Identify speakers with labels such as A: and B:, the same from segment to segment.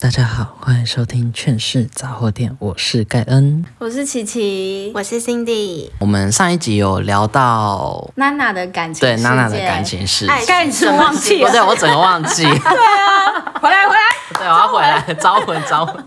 A: 大家好，欢迎收听《劝世杂货店》，我是盖恩。
B: 我是琪琪，
C: 我是 Cindy，
A: 我们上一集有聊到
B: 娜娜的感情，
A: 对娜娜的感，情事，
C: 爱
B: 盖子忘记
A: 不
B: 了，啊
A: 对，我整个忘记，
B: 回来回来，
A: 对，我要回来招魂招魂。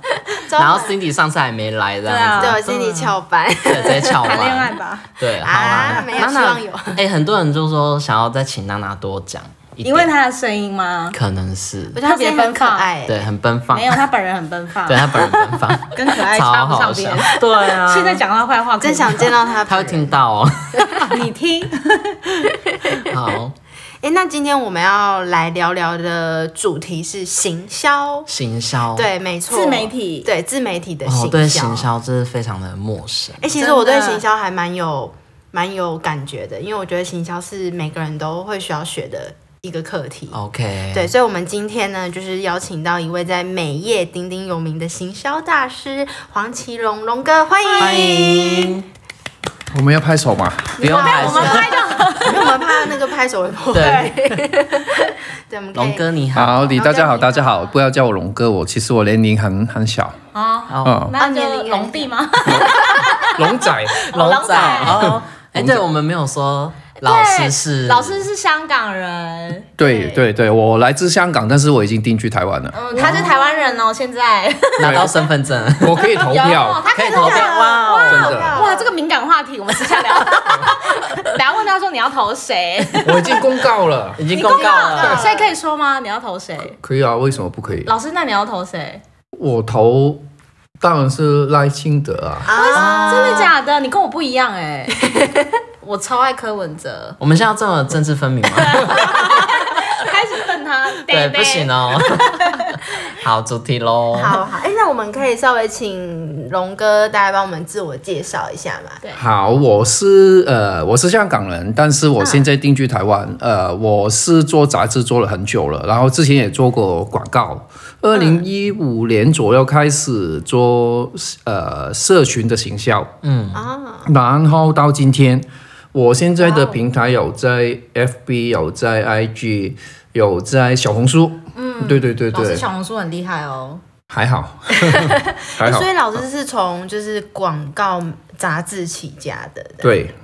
A: 然后 Cindy 上次还没来，这样
C: 对啊
A: 子，
C: 我心里翘班，
A: 对，直接翘
B: 谈恋爱
A: 班。
B: 吧，
A: 对，好啦
C: 啊，没有
A: 娜
C: 希
A: 娜
C: 望有，
A: 哎，很多人就说想要再请娜娜多讲一点，
B: 因为她的声音吗？
A: 可能是
C: 我觉得他声音很可 爱，
A: 对很奔放
B: 没，有，她本人很奔放，
A: 对她本人奔放，
B: 跟可爱
A: 超
B: 插不
A: 好
B: 上
A: 笑
B: 边。，
A: 对啊，
B: 现在讲她坏话，
C: 真想见到他。
A: 他会听到哦。
B: 你听，
A: 好，
C: 哎，那今天我们要来聊聊的主题是行销，
A: 行销，
C: 对，没错，
B: 自媒体
C: 对自媒体的行销。
A: 哦，对，行销真是非常的陌生。
C: 哎，其实我对
B: 真的
C: 行销还蛮有蛮有感觉的，因为我觉得行销是每个人都会需要学的一个课题。
A: 哦 OK，
C: 对，，所以，我们今天呢，就是邀请到一位在美业鼎鼎有名的行销大师黄奇隆龙哥，欢迎，
A: 欢迎，
D: 我们要拍手吗？
A: 不用拍
C: 我
A: 手
C: 们，拍 就，因为我们怕那个拍手会破。
A: 对，
C: 对，我们可以
A: 龙哥你好，
D: 好，李大家好，
C: 龙哥
D: 大
C: 你好
D: 家好，不要叫我龙哥，我其实我年龄很很小，
B: 啊，
D: 嗯，
B: 那
C: 年
B: 就啊
C: 龄
B: 龙弟吗？
D: 龙仔，
A: 龙
B: 龙
A: 仔
B: 仔
A: 哦，哎，对我们没有说老师是
B: 对老师是香港人，
D: 对对对，我来自香港，但是我已经定居台湾了，
B: 嗯，他是台湾人哦，现在
A: 拿到身份证，
D: 我可以投
B: 有
D: 票，
B: 他
A: 可以
B: 以
A: 投票哇哦，
D: 真
C: 投
D: 的，
C: 票
B: 哇，这个敏感话题我们私 下聊，等下问他说你要投谁？
D: 我已经公告了，
A: 已经公告了，
B: 所以可以说吗？你要投谁？
D: 可以啊，为什么不可以？
B: 老师，那你要投谁？
D: 我投当然是赖清德啊，
B: 啊，真的假的？你跟我不一样哎、 我超爱柯文哲，
A: 我们现在要这么政治分明吗？
B: 开始瞪他，
A: 对，不
D: 啊
A: 行 哦。好，主题喽。
C: 好好，哎、那我们可以稍微请龙哥大概帮我们自我介绍一下嘛？
D: 好，我是呃，我是香港人，但
A: 啊
D: 是我现在定居台湾。呃，我是做杂志做了很久了，然后之前也做过广告。二零一五年左右开始做呃社群的行销，
A: 嗯，
C: 啊，
D: 然后到今天，我现在的平台有在 FB，有在 IG，有在小红书。嗯，对对对
B: 老师
D: 对，
B: 小红书很厉害哦，
D: 还好，还好
C: 所，以老师是从就是广告杂志起家的，对
D: 对，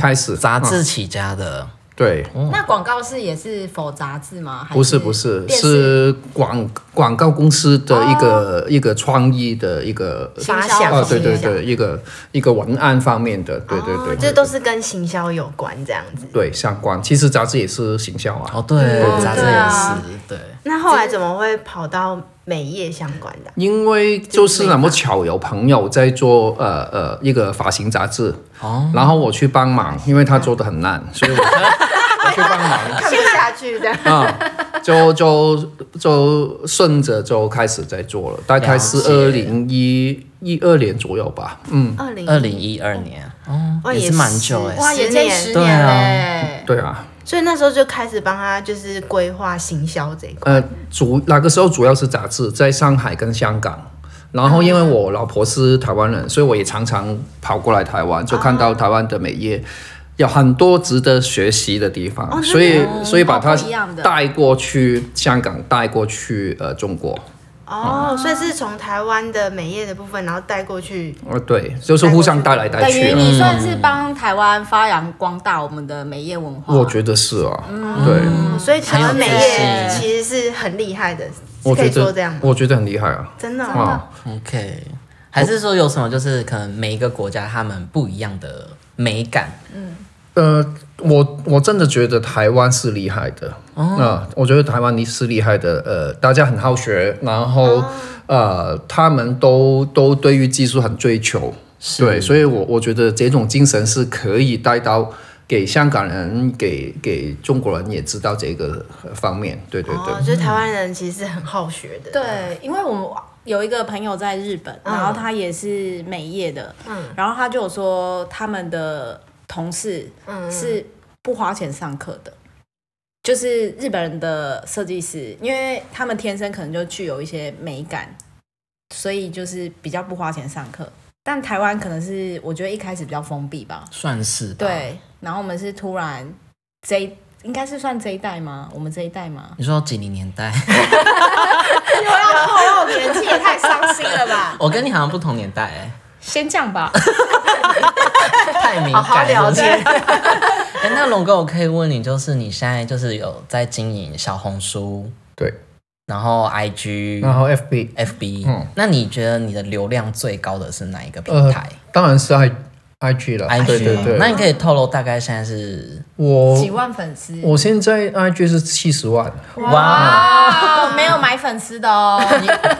D: 开始
A: 哦杂志
D: 嗯
A: 起家的，
D: 对。
B: 那广告是也是否杂志吗？还
D: 嗯不是不是，
B: 电视
D: 是广广告公司的一个、一个创意的一个
C: 行
B: 发
C: 销
B: 想
D: 哦，对
C: 行
D: 对
C: 销
D: 对，一个一个文案方面的，对对对，
C: 哦这都是跟行销有关这样子。
D: 对相关。其实杂志也是行销啊，
A: 哦，对，杂志
C: 对
A: 也
C: 啊
A: 是， 对，
C: 那后来怎么会跑到美业相关的？
D: 因为就是那么巧，有朋友在做呃呃一个发型杂志，
A: 哦，
D: 然后我去帮忙，因为他做的很烂，所以我我去帮忙。
C: 看不下去的，
D: 啊、就就就顺着就开始在做了，大概是
A: 了
D: 二
A: 解
D: 零一一二年左右吧。嗯，
C: 二零
A: 二零一二年，哦，
C: 哇
A: 也
C: 也
A: 是蛮
C: 是
A: 久哎，
B: 哇，也近十
C: 十
A: 年
B: 年欸嘞、
D: 对啊，
C: 所以那时候就开始帮他就是规划行销这一块。
D: 呃，主那个时候主要是杂志，在上海跟香港。然后因为我老婆是台湾人，所以我也常常跑过来台湾，就看到台湾的美业。有很多值得学习的地方，所以所以把它
B: 好不一样的
D: 带过去香港，带过去呃中国，
C: 哦，所以是从台湾的美业的部分，然后带过去。
D: 呃对，就是互相带来带
B: 等
D: 去、啊。
B: 于你算是帮台湾发扬光大我们的美业文化。
D: 我觉得是啊，对，
C: 嗯，所以台湾美
A: 很有
C: 业
A: 自信
C: 其实是很厉害的，
D: 我
C: 可
D: 觉
C: 以说这样
D: 得
C: 吗？
D: 我觉得很厉害啊，
C: 真的、哦，
D: 啊，
A: OK，还是说有什么就是可能每一个国家他们不一样的美感？
D: 呃，我我真的觉得台湾是厉害的，
A: 哦
D: 啊、我觉得台湾你是厉害的，呃，大家很好学，然后、
A: 哦
D: 呃，他们都都对于技术很追求，对，所以我我觉得这种精神是可以带到。给香港人、给给中国人也知道这个呃方面，对对对，
C: 哦，就是台湾人其实是很好学的。
B: 对，因为我们有一个朋友在日本，然后他也是美业的，然后他就有说他们的同事是不花钱上课的。就是日本人的设计师，因为他们天生可能就具有一些美感，所以就是比较不花钱上课。但台湾可能是我觉得一开始比较封闭吧，
A: 算是吧，
B: 对。然后我们是突然这一应该是算这一代吗？我们这一代吗？
A: 你说几零年代？
C: 又要透露年纪
A: 我跟你好像不同年代哎、
B: 先这样吧。
A: 太敏
C: 好好
A: 感
C: 了
A: 了。
C: 解
A: 是不是哎、那龙哥，我可以问你，就是你现在就是有在经营小红书，
D: 对，
A: 然后 IG，
D: 然后 FB
A: FB，、
D: 嗯
A: 那你觉得你的流量最高的是哪一个平
D: 呃
A: 台、，
D: 当然是 I IG 了
A: i
D: 对
A: g
D: 对
A: 那你
D: 对，
A: 可以透露大概现在是？
B: 几
D: 我
B: 万粉丝，
D: 我现在 IG 是七十万，
A: 哇，
B: 哇，没有买粉丝的哦，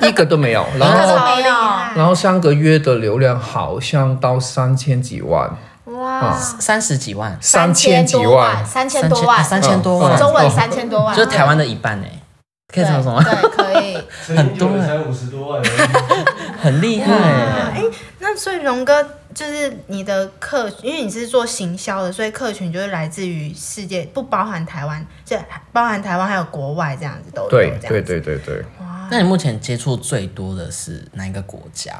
D: 一个都没 有，然
A: 一个
D: 后
A: 都
C: 超厉
B: 啊
C: 害
D: 然后上个月的流量好像到三千几万，啊
C: 哇！
A: 三十几万，
D: 三千几
E: 多万，
D: 万，
E: 三千
A: 三
E: 多万，
A: 三千多万，
D: 嗯
E: 中文
D: 哦
E: 三千多万，
A: 就是台湾的一半哎，可
E: 对
A: 以这么说吗？
E: 对，可以。
A: 很多
F: 才五十多万而已，
A: 很厉害哎，
D: 嗯
C: 那所以龙哥就是你的客，因为你是做行销的，所以客群就是来自于世界，不包含台湾，这包含台湾还有国外这样子都有。
D: 对
C: 这样
D: 对
C: 子。
D: 对对对，
A: 那你目前接触最多的是哪一个国家？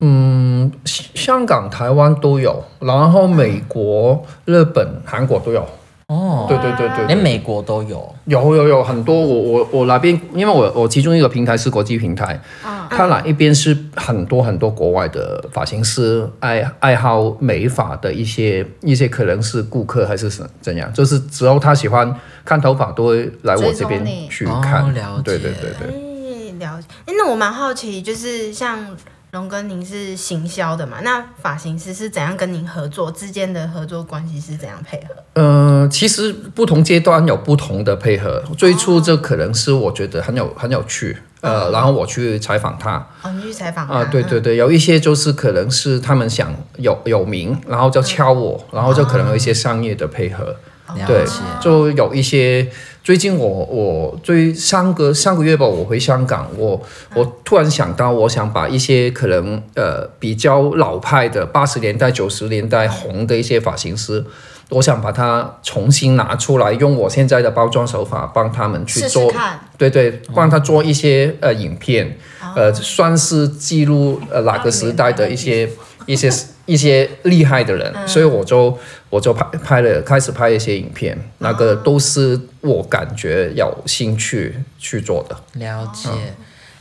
D: 嗯，香香港、台湾都有，然后美国、日本、韩国都有，
A: 哦，
D: 对对对对
A: 连
D: 对。
A: 美国都有，
D: 有有有很多，我我我那边，因为我我其中一个平台是国际平台，
E: 啊
D: 它哪一边是很多很多国外的发型师爱爱好美发的一些一些可能是顾客还是怎怎样，就是只要他喜欢看头发，都会来我这
E: 追
D: 边
E: 踪你
D: 去看。
A: 哦了解
D: 对对对对，
C: 哎了解。哎，那我蛮好奇，就是像龙哥您是行销的嘛，那发型师是怎样跟您合作，之间的合作关系是怎样配合？
D: 呃，其实不同阶段有不同的配合。最初这可能是我觉得很有很有趣，
E: 嗯
D: 呃，然后我去采访他，
C: 哦，你去采访他
D: 啊，对对对，有一些就是可能是他们想有有名，然后就敲我，然后就可能有一
E: 啊
D: 些商业的配合，
A: 了
D: 对
A: 解，
D: 就有一些。最近我我最上个上个月吧，我回香港，我
E: 啊
D: 我突然想到，我想把一些可能呃比较老派的八十年代九十年代红的一些发型师，我想把它重新拿出来，用我现在的包装手法帮他们去
E: 试
D: 做
E: 试看，
D: 对对，帮他做一些呃影片，呃，算是记录呃哪个时代的一些一些一些厉害的人，所以我就我就拍拍了，开始拍一些影片，那个都是我感觉有兴趣去做的。
A: 了解。
D: 嗯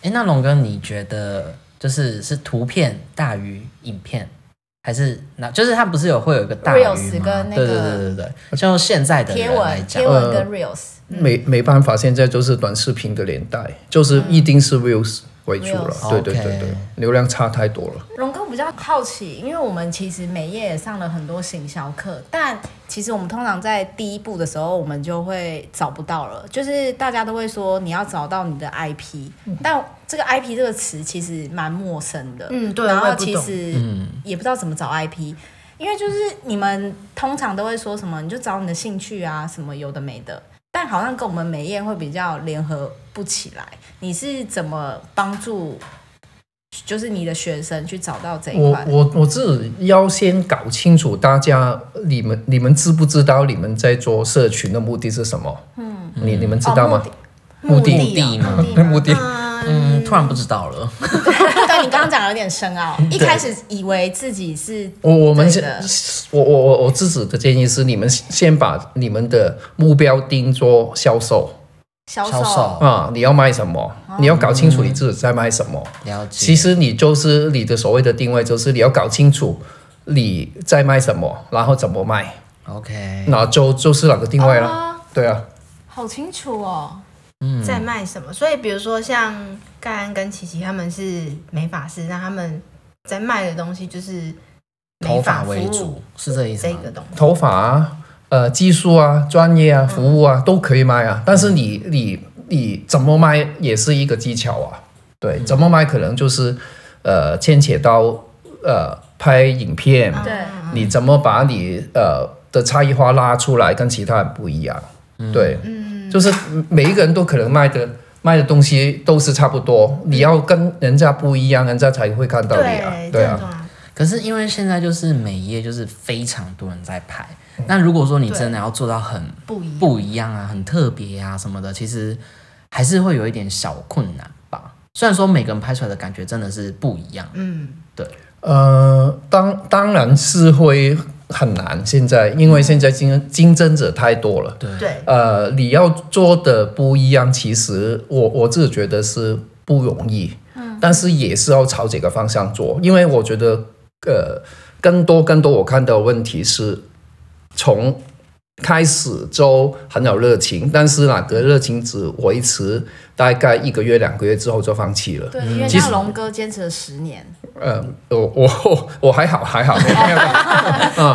A: 哎，那龙哥，你觉得就是是图片大于影片，还是那就是它不是有会有一个大于
E: Reels
A: 吗
E: 跟那个
A: 对对对对对对，就现在的
E: 贴
A: 人来
E: 文、
A: 讲
E: 贴，文跟 reels
D: 没没办法，现在就是短视频的年代，就是一定是 views 为主了。
A: Reels
D: 对对对
A: OK
D: 对，流量差太多了。
B: 荣哥比较好奇，因为我们其实美业也上了很多行销课，但其实我们通常在第一步的时候，我们就会找不到了。就是大家都会说你要找到你的 IP，、但这个 IP 这个词其实蛮陌生的。
C: 嗯对
B: 然
C: 我也
B: 后
C: 不懂
B: 其实也不知道怎么找 IP，因为就是你们通常都会说什么，你就找你的兴趣啊，什么有的没的。但好像跟我们美业会比较联合不起来，你是怎么帮助就是你的学生去找到这一
D: 我
B: 块。
D: 我我自己要先搞清楚大家，你们你们知不知道你们在做社群的目的是什么？嗯，你你们知道吗？
B: 哦
D: 目的
A: 目的
E: 啊
A: 吗？
D: 目的
A: 嗯，突然不知道了。
B: 对你刚刚讲的有点深奥，一开始以为自己是
D: 我我们
B: 对
D: 先
B: 的，
D: 我我我我自己的建议是，你们先把你们的目标定做销售
B: 销
A: 销售
B: 哦
D: 啊，你要卖什么？你要搞清楚你自己在卖什么。
A: 了解。
D: 其实你就是你的所谓的定位，就是你要搞清楚你在卖什么，然后怎么卖，
B: 嗯
A: OK，
D: 那就就是哪个定位
B: 哦
D: 了。对啊，
B: 好清楚哦。
C: 在卖什么？所以比如说像盖安跟琪琪他们是美发师，那他们在卖的东西就是
A: 头
C: 美
A: 发
C: 服
A: 为
C: 务
A: 主是这个意思
C: 这
A: 吗？
C: 个东西。
D: 头发啊，呃，技术啊，专业啊，服务啊，都可以卖啊。但是你你你怎么卖也是一个技巧啊。对，怎么卖可能就是呃牵扯到呃拍影片，
B: 对，
C: 嗯
D: 你怎么把你呃的差异化拉出来，跟其他人不一样。对，
C: 嗯
D: 就是每一个人都可能卖的。卖的东西都是差不多，你要跟人家不一样，人家才会看到你啊，
C: 对，
D: 对
C: 这
D: 啊
C: 很重，要。
A: 可是因为现在就是美业就是非常多人在拍，那如果说你真的要做到很
C: 不一样。
A: 不一样啊、很特别啊什么的，其实还是会有一点小困难吧。虽然说每个人拍出来的感觉真的是不一样，
C: 嗯，
D: 呃，当当然是会很难，现在因为现在竞竞争者太多了。
A: 对
C: 对，
D: 呃，你要做的不一样，其实我我自己觉得是不容易。嗯，但是也是要朝这个方向做，因为我觉得呃，更多更多我看到的问题是从。开始就很有热情，但是那个热情只维持大概一个月、两个月之后就放弃了。
B: 对，因为像龙哥坚持了十年。
D: 呃，我我我还好还好，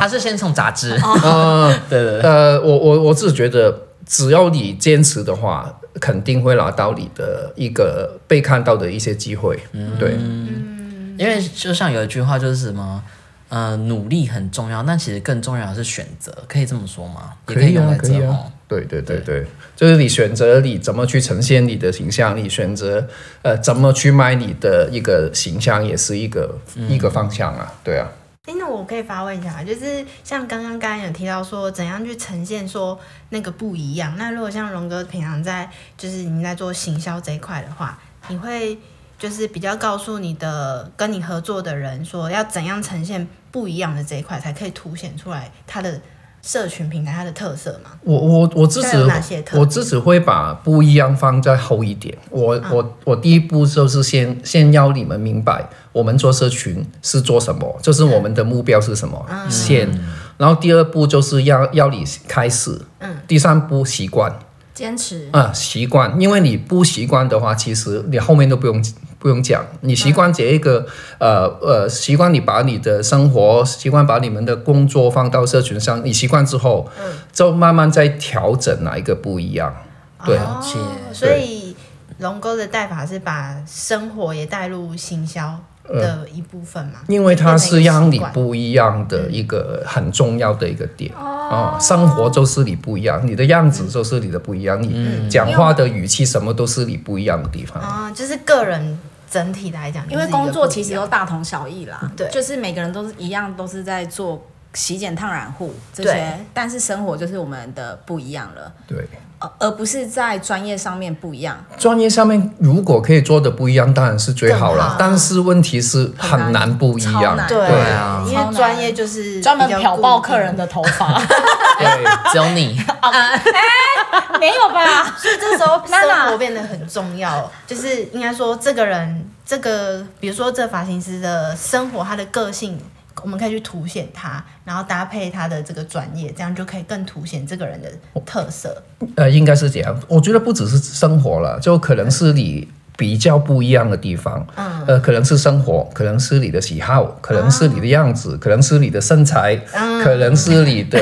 A: 他是先从杂志
D: 呃，
A: 对对对，
D: 呃，我我我只是觉得，只要你坚持的话，肯定会拿到你的一个被看到的一些机会。对，
A: 因为就像有一句话就是什么。呃，努力很重要，但其实更重要的是选择，可以这么说吗？也
D: 可以
A: 用
D: 啊
A: 在，
D: 可
A: 这
D: 以啊
A: 哦。。
D: 对对对对，就是你选择你怎么去呈现你的形象，你选择呃怎么去卖你的一个形象，也是一个、一个方向啊。对啊，
C: 哎，那我可以发问一下吗，就是像刚刚刚刚有提到说怎样去呈现说那个不一样。那如果像荣哥平常在就是你在做行销这一块的话，你会就是比较告诉你的跟你合作的人说要怎样呈现不一样的这一块，才可以凸显出来它的社群平台它的特色嘛？
D: 我我我自己
C: 它有哪些特
D: 我自己会把不一样放在后一点。我、我我第一步就是先先要你们明白，我们做社群是做什么，就是我们的目标是什么、先。然后第二步就是要要你开始，嗯，第三步习惯，
B: 坚持，
D: 啊，习惯，因为你不习惯的话，其实你后面都不用不用讲，你习惯这一个、呃呃，习惯你把你的生活，习惯把你们的工作放到社群上，你习惯之后，就慢慢再调整哪一个不一样。对，
A: 了解
C: 哦所以龙哥的带法是把生活也带入行销的一部分嘛？
D: 呃因为它是让
C: 变成一
D: 你
C: 个习惯
D: 不一样的一个很重要的一个点哦，生活就是你不一样，你的样子就是你的不一样，
B: 嗯
D: 你讲话的语气什么都是你不一样的地方。
C: 啊、就是个人整体来讲，
B: 因为
C: 就是一个
B: 工作
C: 不一
B: 其实
C: 样
B: 都大同小异啦，
C: 对
B: 就是每个人都是一样，都是在做洗剪烫染护这
C: 对
B: 些，但是生活就是我们的不一样了，
D: 对。
B: 而而不是在专业上面不一样。
D: 专业上面如果可以做的不一样，当然是最好
C: 更
D: 了
C: 好。
D: 但是问题是
B: 很
D: 很
B: 难
D: 难不一
B: 超
D: 样，
B: 难
C: 对
D: 对啊
C: 因
B: 超
C: 为
B: 难
C: 专业就是
E: 专门
C: 比较
E: 漂爆
C: 固定
E: 客人，的 头发，
A: 只有你，
E: 没有吧？
C: 所以这时候
E: 娜娜
C: 生活变得很重要。就是应该说，这个人，这个比如说这发型师的生活，他的个性，我们可以去凸显他，然后搭配他的这个专业，这样就可以更凸显这个人的特色。
D: 呃，应该是这样。我觉得不只是生活了，就可能是你比较不一样的地方。嗯，呃，可能是生活，可能是你的喜好，可能是
C: 哦
D: 你的样子，可能是你的身材，
C: 嗯
D: 可能是你 的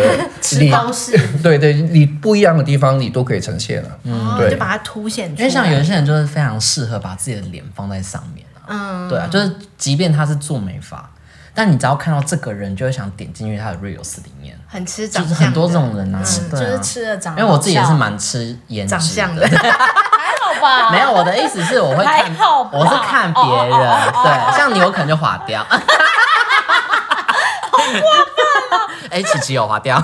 D: 你
C: 方式，
D: 对对，你不一样的地方你都可以呈现了。嗯，
C: 然后
D: 对
C: 哦就把它凸显出
A: 因为
C: 来。
A: 像有一些人就是非常适合把自己的脸放在上面啊。
C: 嗯，
A: 对啊，就是即便他是做美发，但你只要看到这个人，就会想点进去他的 reels 里面，
C: 很吃
A: 就
C: 长
A: 是
C: 相的，嗯
A: 很多这种人啊，
E: 就
A: 对
E: 是
A: 啊。
E: 吃了长，
A: 因为我自己也是蛮吃颜
C: 长
A: 值
C: 相
A: 的
C: 的，
E: 还好吧？
A: 没有我的意思是我会看
E: 还好，吧
A: 我是看别
C: 哦
A: 人，对，像你我可能就划掉。好过分哦！ 哎，琪琪有划掉，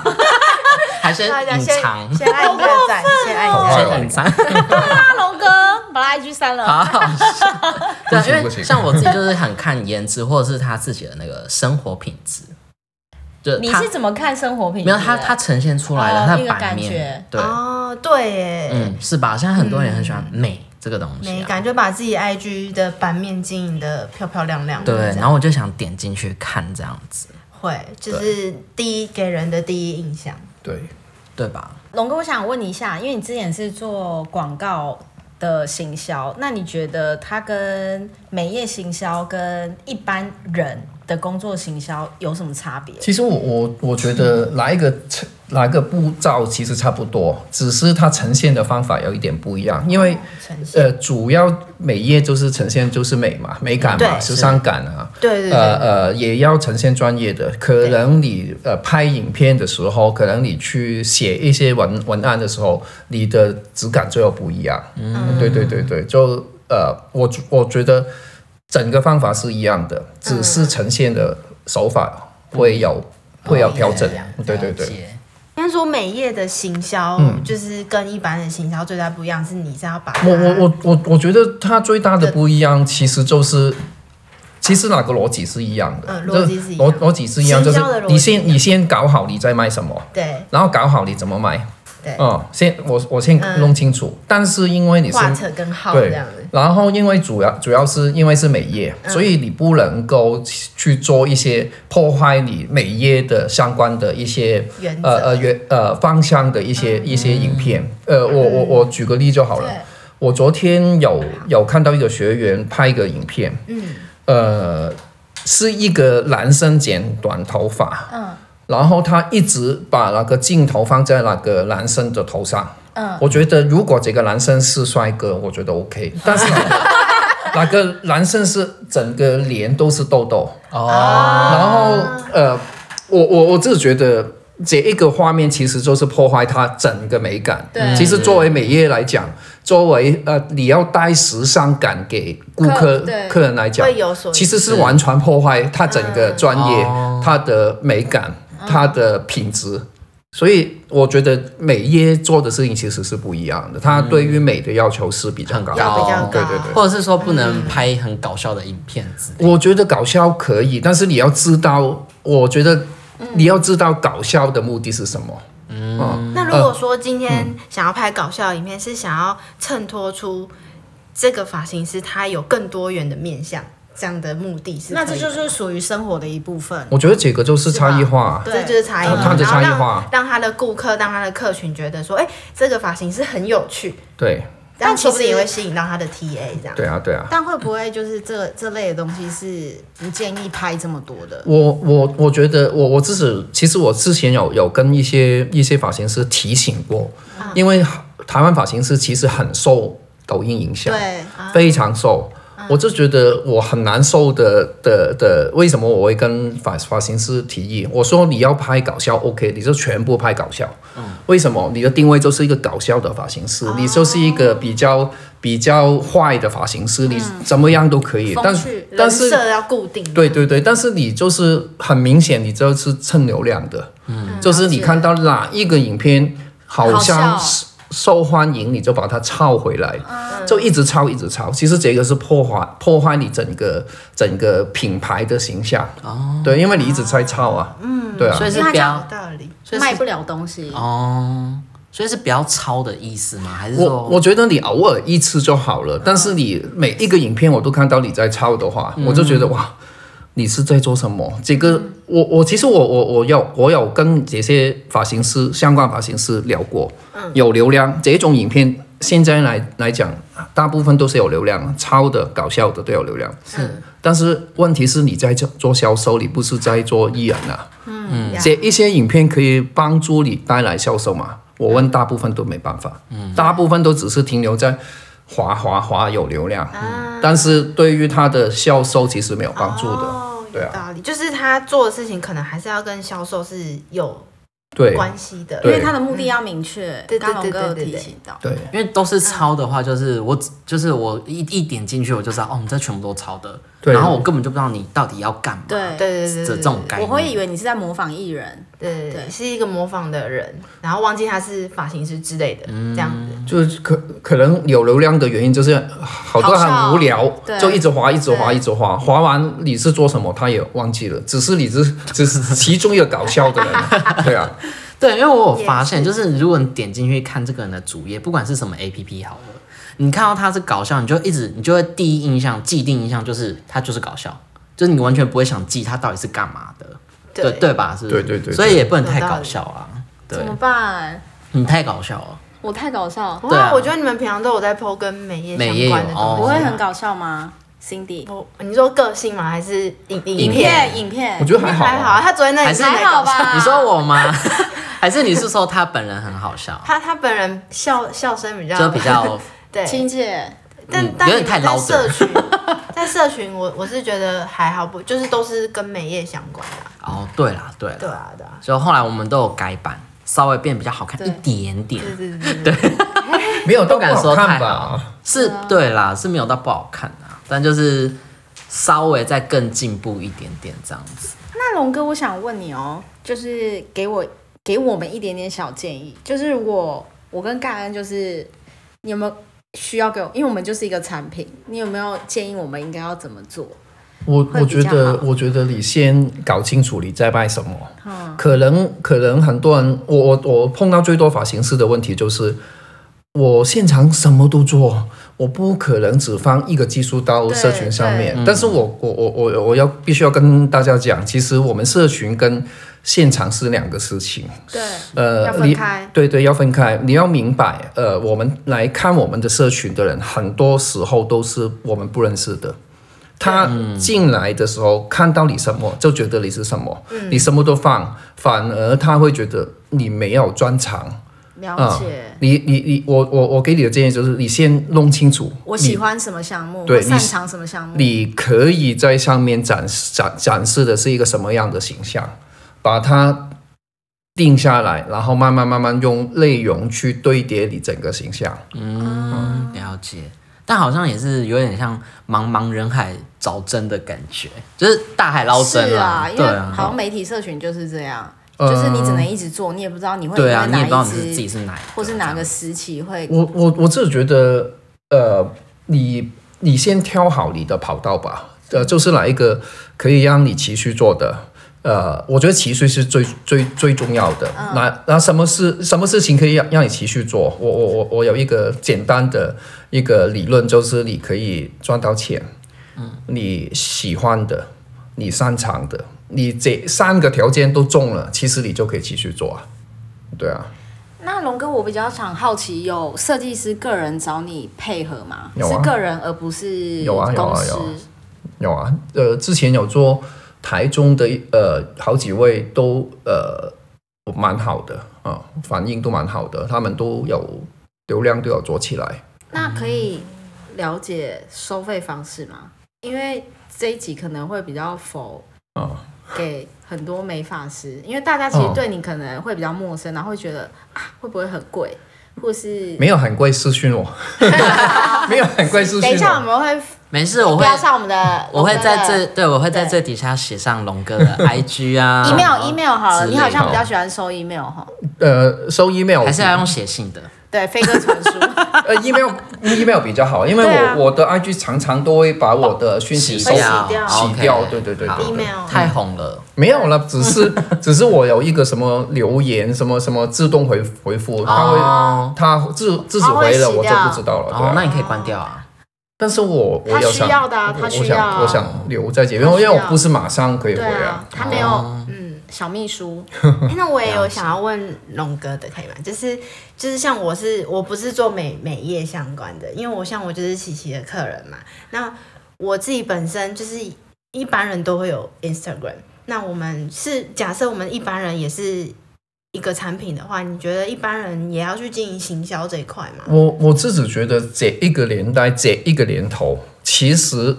A: 还是
C: 啊大家
A: 隐
C: 先
A: 藏？
C: 先按一个赞，先按一个赞。
A: 先隐藏。
E: 啊，龙哥把他 IG 删了。
A: 啊好好笑。 对啊，
D: 不行
A: 因
D: 不
A: 为
D: 行
A: 像我自己就是很看颜值，或者是他自己的那个生活品质，就
E: 你
A: 他
E: 是怎么看生活品质
A: 没
E: 的？
A: 有他他呈现出来
E: 哦
A: 的他
E: 那
A: 的
E: 个
A: 版
E: 感觉
A: 面，对，
C: 哦，对耶，
A: 嗯，是吧？现在很多人也很喜欢美这个东西
C: 美
A: 啊，
C: 感，就把自己 IG 的版面经营的漂漂亮亮的
A: 对
C: 这样，，
A: 然后我就想点进去看这样子，
C: 会就是第一给人的第一印象，
D: 对。
A: 对吧？
B: 龙哥，我想问你一下，因为你之前是做广告的行销，那你觉得它跟美业行销跟一般人的工作行销有什么差别？
D: 其实我我我觉得哪一个成哪一个步骤其实差不多，只是它呈现的方法有一点不一样，因为
C: 哦呈现
D: 呃主要美业就是呈现就是美嘛，美感嘛，
C: 对
D: 时尚感啊。
C: 对对
D: 呃
C: 对，
D: 呃，也要呈现专业的。可能你呃拍影片的时候，可能你去写一些文文案的时候，你的质感就要不一样。嗯，对对对对，就呃，我觉我觉得整个方法是一样
C: 嗯
D: 的，只是呈现的手法会有、
C: 嗯
D: 会有调
C: 哦
D: 整。对对对
A: 哦了。解，
C: 应该说美业的行销就是跟一般的行销最大不一样是，你是要把它
D: 嗯我我我我我觉得它最大的不一样，其实就是，其实哪个逻辑是一样的，
C: 嗯
D: 就是
C: 逻辑是一样
D: 逻逻辑是一样，就
C: 行
D: 是
C: 销的逻辑
D: 你
C: 一
D: 先
C: 样
D: 你先搞好你再卖什么，
C: 对
D: 然后搞好你怎么卖，
C: 对
D: 嗯，先我我先
C: 嗯
D: 弄清楚，但是因为你是
C: 画册跟号
D: 对
C: 这样子，
D: 然后因为主要主要是因为是美业，所以你不能够去做一些破坏你美业的相关的一些
C: 原则
D: 呃呃原呃方向的一些一些影片。呃，我我我举个例就好了。我昨天有有看到一个学员拍一个影片，嗯，呃，是一个男生剪短头发，嗯，然后他一直把那个镜头放在那个男生的头上，嗯，我觉得如果这个男生是帅哥，我觉得 OK，但是那个那个男生是整个脸都是痘痘，
A: 哦，
D: 然后呃，我我我自己觉得这一个画面其实就是破坏它整个美感。
B: 对
D: 其实作为美业来讲，作为呃你要带时尚感给顾
B: 客
D: 客
B: 对
D: 客人来讲，
C: 会有所
D: 其实是完全破坏它整个
C: 嗯
D: 专业、它的美感、它的品质。所以我觉得美业做的事情其实是不一样的，它对于美的要求是比较高
C: 嗯
D: 的。
C: 要比较高，
D: 对对对
A: 或者是说不能拍很搞笑的影片之类
D: 我觉得搞笑可以，但是你要知道，我觉得
C: 嗯
D: 你要知道搞笑的目的是什么。
C: 那如果说今
D: 呃嗯
C: 天想要拍搞笑影片，是想要衬托出这个发型师他有更多元的面相，这样的目的是可以
B: 那
C: 的，
B: 这就是属于生活的一部分。
D: 我觉得这个就是差异化。
C: 这就是差异化，
D: 嗯它的差异
C: 然后
D: 化
C: 让让他的顾客、让他的客群觉得说，哎，这个发型师很有趣，
D: 对
B: 但
C: 但其
B: 其
C: 实
B: 实
C: 也会吸引到他的 TA 这样。
D: 对啊，对啊。
B: 但会不会就是这这类的东西是不建议拍这么多的？
D: 我我我觉得我我自己其实我之前有有跟一些一些发型师提醒过，
B: 啊
D: 因为台湾发型师其实很受抖音影响。
B: 对，啊
D: 非常瘦。我就觉得我很难受的的的，为什么我会跟发发型师提议？我说你要拍搞笑，OK，你就全部拍搞笑。为什么？你的定位就是一个搞笑的发型师，
B: 哦
D: 你就是一个比较比较坏的发型师，你怎么样都可以。
B: 嗯
D: 但
B: 趣
D: 但
C: 人
D: 是
C: 设要固定，
D: 对对对，但是你就是很明显，你就是蹭流量的，嗯，就是你看到哪一个影片好像
B: 好笑
D: 是受欢迎，你就把它抄回来，就一直抄一直抄。其实这个是破坏破坏你整个整个品牌的形象，哦，对，因为你一直在抄啊，嗯，对
A: 的，
D: 啊
A: 所，以是
C: 他
A: 不
C: 讲有
A: 要，
C: 道理，
A: 所以
B: 卖
A: 是
B: 不了东西。
A: 哦，所以是不要抄的意思吗？还是
D: 我
A: 说
D: 我觉得你偶尔一次就好了，但是你每一个影片我都看到你在抄的话，
A: 嗯
D: 我就觉得哇，你是在做什么？这个我我其实我我我有我有跟这些发型师相关发型师聊过，
A: 嗯
D: 有流量这种影片现在来来讲，大部分都是有流量，抄的、搞笑的都有流量。是，但是问题是你在做做销售，你不是在做艺人啊。
C: 嗯
D: 这一些影片可以帮助你带来销售嘛？我问大部分都没办法，大部分都只是停留在滑滑滑有流量，但是对于他的销售其实没有帮助的，
C: 哦，有
D: 对啊，
C: 道理，就是他做的事情可能还是要跟销售是有
D: 对
C: 关系的，
B: 因
D: 对
B: 为它的目的要明确，
C: 对对
B: 刚刚龙哥有
C: 对对对
B: 提
C: 对
B: 醒到，
D: 对，
A: 因为都是抄的话，就是我只就是我一一点进去我就知道，哦，你这全部都抄的，
D: 对
A: 然后我根本就不知道你到底要干嘛，
B: 对
C: 对对对对
A: 这
C: 对
A: 这哦种概
B: 我
A: 念，
B: 会以为你是在模仿艺人，对
C: 对对，是一个模仿的人，然后忘记他是发型师之类的，这样子。
D: 就是可可能有流量的原因就是好
B: 好
D: 多
B: 笑
D: 很无聊
B: 对，
D: 就一直滑一直滑
B: 对
D: 一直滑，滑完你是做什么他也忘记了，只是你是只是其中一个搞笑的人，对啊，
A: 对，因为我有发现，就是如果你点进去看这个人的主页，不管是什么 A P P 好了，你看到他是搞笑，你就一直你就会第一印象、既定印象就是他就是搞笑，就是你完全不会想记他到底是干嘛的，对
C: 对
A: 对吧？是不是
D: 对对对
A: 所以也不能太
C: 有道理
A: 搞笑啊，对
B: 怎么办？
A: 你太搞笑了，
B: 我太搞笑，
A: 对啊
C: 哇，我觉得你们平常都有在 PO 跟美业
A: 美业
C: 相关的
A: 有哦
B: 我
C: 东
B: 会
C: 西
B: 很搞笑吗？Cindy，
C: 我。你说个性吗？还是影影
A: 影
C: 片？
A: 片
B: 影片
D: 我觉得还好啊，
C: 还好啊，他昨天那
A: 还
C: 里
A: 是
C: 是没搞笑
B: 吧
A: 你说我吗？ 还是你是说他本人很好 笑，
C: 他他本人笑笑声比较
A: 就比较
C: 对，
B: 亲切，
C: 但、
A: 嗯
C: 但
A: 有点
C: 你
A: 太
C: 们在
A: louder
C: 社 群，在社群我我是觉得还好不，就是都是跟美业相关的啊、
A: 哦，对啦对啦，
C: 对啊对啊，
A: 所以后来我们都有改版，稍微变比较好看一点点，
C: 对对对对
D: 没有都
A: 不敢说
D: 看
A: 太
D: 吧
A: 好，，是
B: 啊
A: 对啦，是没有到不好看啊，但就是稍微再更进步一点点这样子。
B: 那龙哥，我想问你哦，就是给我给我们一点点小建议，就是如果我跟盖恩就是你有没有需要给我？因为我们就是一个产品，你有没有建议我们应该要怎么做？
D: 我
B: 会
D: 我
B: 比
D: 觉
B: 较
D: 得
B: 好，
D: 我觉得你先搞清楚你在卖什么。可能可能很多人，我我我碰到最多发型师的问题就是，我现场什么都做，我不可能只放一个技术到
C: 对
D: 社群上面
A: 对，
D: 但是我我我我我要必须要跟大家讲，其实我们社群跟现场是两个事情，
C: 对，
D: 呃
C: 要，分
D: 你
C: 开
D: 对对要分开，你要明白，呃，我们来看我们的社群的人，很多时候都是我们不认识的。他进来的时候看到你什么，就觉得你是什么，
B: 嗯
D: 你什么都放，反而他会觉得你没有专长。
B: 了
A: 嗯
B: 解。
D: 你你你，我我我给你的建议就是，你先弄清楚，
B: 我喜欢什么项目，
D: 对
B: 我擅
D: 你
B: 长什么项目，
D: 你可以在上面展示展展示的是一个什么样的形象，把它定下来，然后慢慢慢慢用内容去堆叠你整个形象。
B: 啊
A: 嗯，了解。但好像也是有点像茫茫人海找针的感觉，就是大海捞针
B: 是
A: 啦
B: 啊，因
A: 对
B: 为
A: 啊，嗯
B: 好像媒体社群就是这样，
D: 呃
B: 就是你只能一直做，你也不知道你会因
A: 对啊，
B: 为
A: 你也不知
B: 哪
A: 道
B: 一
A: 你是自己
B: 支
A: 是哪一个，
B: 或是哪个
A: 这样
B: 时期会
D: 我我我自己觉得，呃，你你先挑好你的跑道吧，呃，就是哪一个可以让你持续做的。呃，我觉得持续是最最最重要的。那那什么事什么事情可以让让你持续做？我我我我有一个简单的一个理论，就是你可以赚到钱，嗯，你喜欢的，你擅长的，你这三个条件都中了，其实你就可以继续做啊。对啊，
B: 那龙哥，我比较想好奇，有设计师个人找你配合吗？
D: 有啊
B: 是个人，而不是
D: 有啊有啊
B: 公司。
D: 有啊有啊，呃，之前有做台中的呃好几位都呃蛮好的啊、反应都蛮好的，他们都有流量都有做起来。
B: 那可以了解收费方式吗？因为这一集可能会比较否
D: 哦
B: 给很多美发师，因为大家其实
D: 哦
B: 对你可能会比较陌生，然后会觉得啊，会不会很贵，或是
D: 没有很贵私讯我， 没有很贵私 讯
C: 等一下我
D: 我。
C: 们会
A: 没事，我会
C: 标上我们的，
A: 我会在这对我会在
C: 对
A: 这底下写上龙哥 的 IG 啊
B: email email 好了，
A: 之
B: 你好
A: 类
B: 像
A: 的
B: 比较喜欢收 email 哈，
D: 呃，收 email
A: 还是要用写信的。
B: 对，飞鸽传书，
D: 呃 email email 比较好，因为我、
B: 对啊
D: 我的 IG 常常都会把我的讯息
A: 洗
D: 收
C: 会
A: 掉，
C: 掉
D: 洗
A: 啊哦 OK
D: 掉对对对
A: 好
D: 对
C: email
A: 太红了，
D: 没有了，只是 只是我有一个什么留言，什么什么自动回回复，他会、
A: 哦
D: 他自自己
C: 它会
D: 回了，
C: 洗
D: 我就
C: 掉
D: 不知道了。对
A: 哦
D: 啊，，
A: 那你可以关掉啊。
D: 但是我我
C: 他
D: 有
C: 需
D: 想，
C: 要的啊
D: 我
C: 他
D: 我
C: 需要啊
D: 想我想留在这边，因
C: 他需
D: 为
C: 要
D: 我不是马上可以回
C: 对啊
D: 啊。，
C: 他没有
A: 哦
C: 嗯小秘书。诶那我也有想要问龙哥的，可以吗？就是就是像我是我不是做美美业相关的，因为我像我就是琪琪的客人嘛。那我自己本身就是一般人都会有 Instagram，那我们是假设我们一般人也是一个产品的话，你觉得一般人也要去经营行销这一块吗？
D: 我我自己觉得这一个年代，这一个年头，其实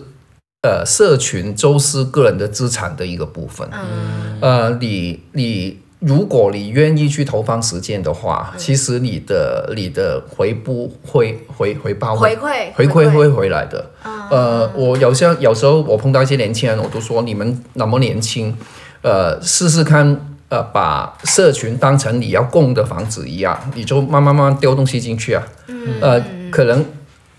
D: 呃，社群就是个人的资产的一个部分。
C: 嗯，
D: 呃，你你如果你愿意去投放时间的
C: 嗯
D: 话，其实你的你的回不回回回报
C: 回
D: 会
C: 馈
D: 回馈会回来的。呃，我有些有时候我碰到一些年轻人，我都说你们那么年轻，呃，试试看。呃，把社群当成你要供的房子一样，你就慢慢慢慢丢东西进去啊。嗯、呃，可能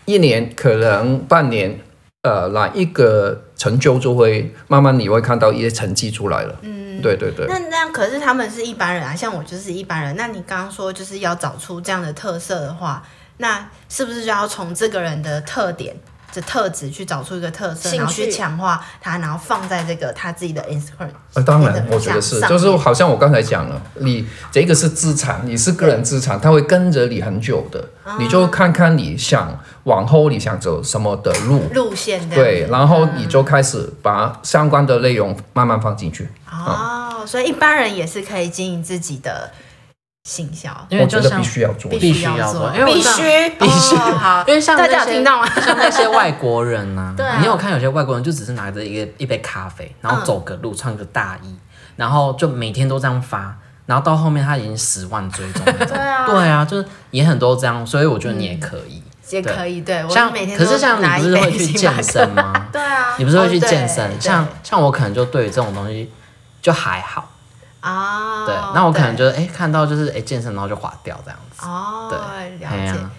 D: 一年，可能半年，呃，哪一个成就就会慢慢你会看到一些成绩出来了。嗯，对对对。
C: 那那样可是他们是一般人啊，像我就是一般人。那你刚刚说就是要找出这样的特色的话，那是不是就要从这个人的特点？的特质去找出一个特色，
B: 兴趣
C: 然后去强化它，然后放在这个他自己的 Instagram
D: 呃，当
C: 这
D: 然
C: 个，
D: 我觉得是，
C: 上
D: 就是好像我刚才讲了，你这个是资产，你是个人资产，它会跟着你很久的，
C: 啊
D: 你就看看你想往后你想走什么的路，
C: 路线这样
D: 对，啊
C: 子
D: 然后你就开始把相关的内容慢慢放进去。
C: 哦，所以一般人也是可以经营自己的行销，
A: 因为
D: 我觉
A: 就
D: 得
A: 像
D: 哦必须要做，
A: 必
C: 须
A: 须
C: 要
A: 要
C: 做
A: 做，因为我
C: 必
A: 知道
C: 须
A: 必须
C: 哦 好
A: 因为像
C: 大家
A: 那
C: 有
A: 些
C: 听到吗？
A: 像那些外国人呐、
C: 对啊嗯
A: 你有看有些外国人就只是拿着一个一杯咖啡，然后走个路，穿个大衣，然后就每天都这样发，然后到后面他已经十万追踪了。对啊，对啊，就是也很多这样，所以我觉得你也可以。
C: 也可以，嗯对我
A: 像
C: 每天
A: 可
C: 都
A: 是像你
C: 拿
A: 不
C: 一
A: 是
C: 杯
A: 会去
C: 星巴
A: 健
C: 克
A: 身吗？
C: 对啊，
A: 你不是会去
C: 哦对
A: 健身？
C: 对
A: 像像我可能就对于这种东西就还好，
C: 啊，
A: 对，那我可能
C: 对
A: 就是哎、看到就是哎、健身然后就划掉这样子。
C: 哦，
A: 对
C: 了
A: 哎
C: 解。
A: 呀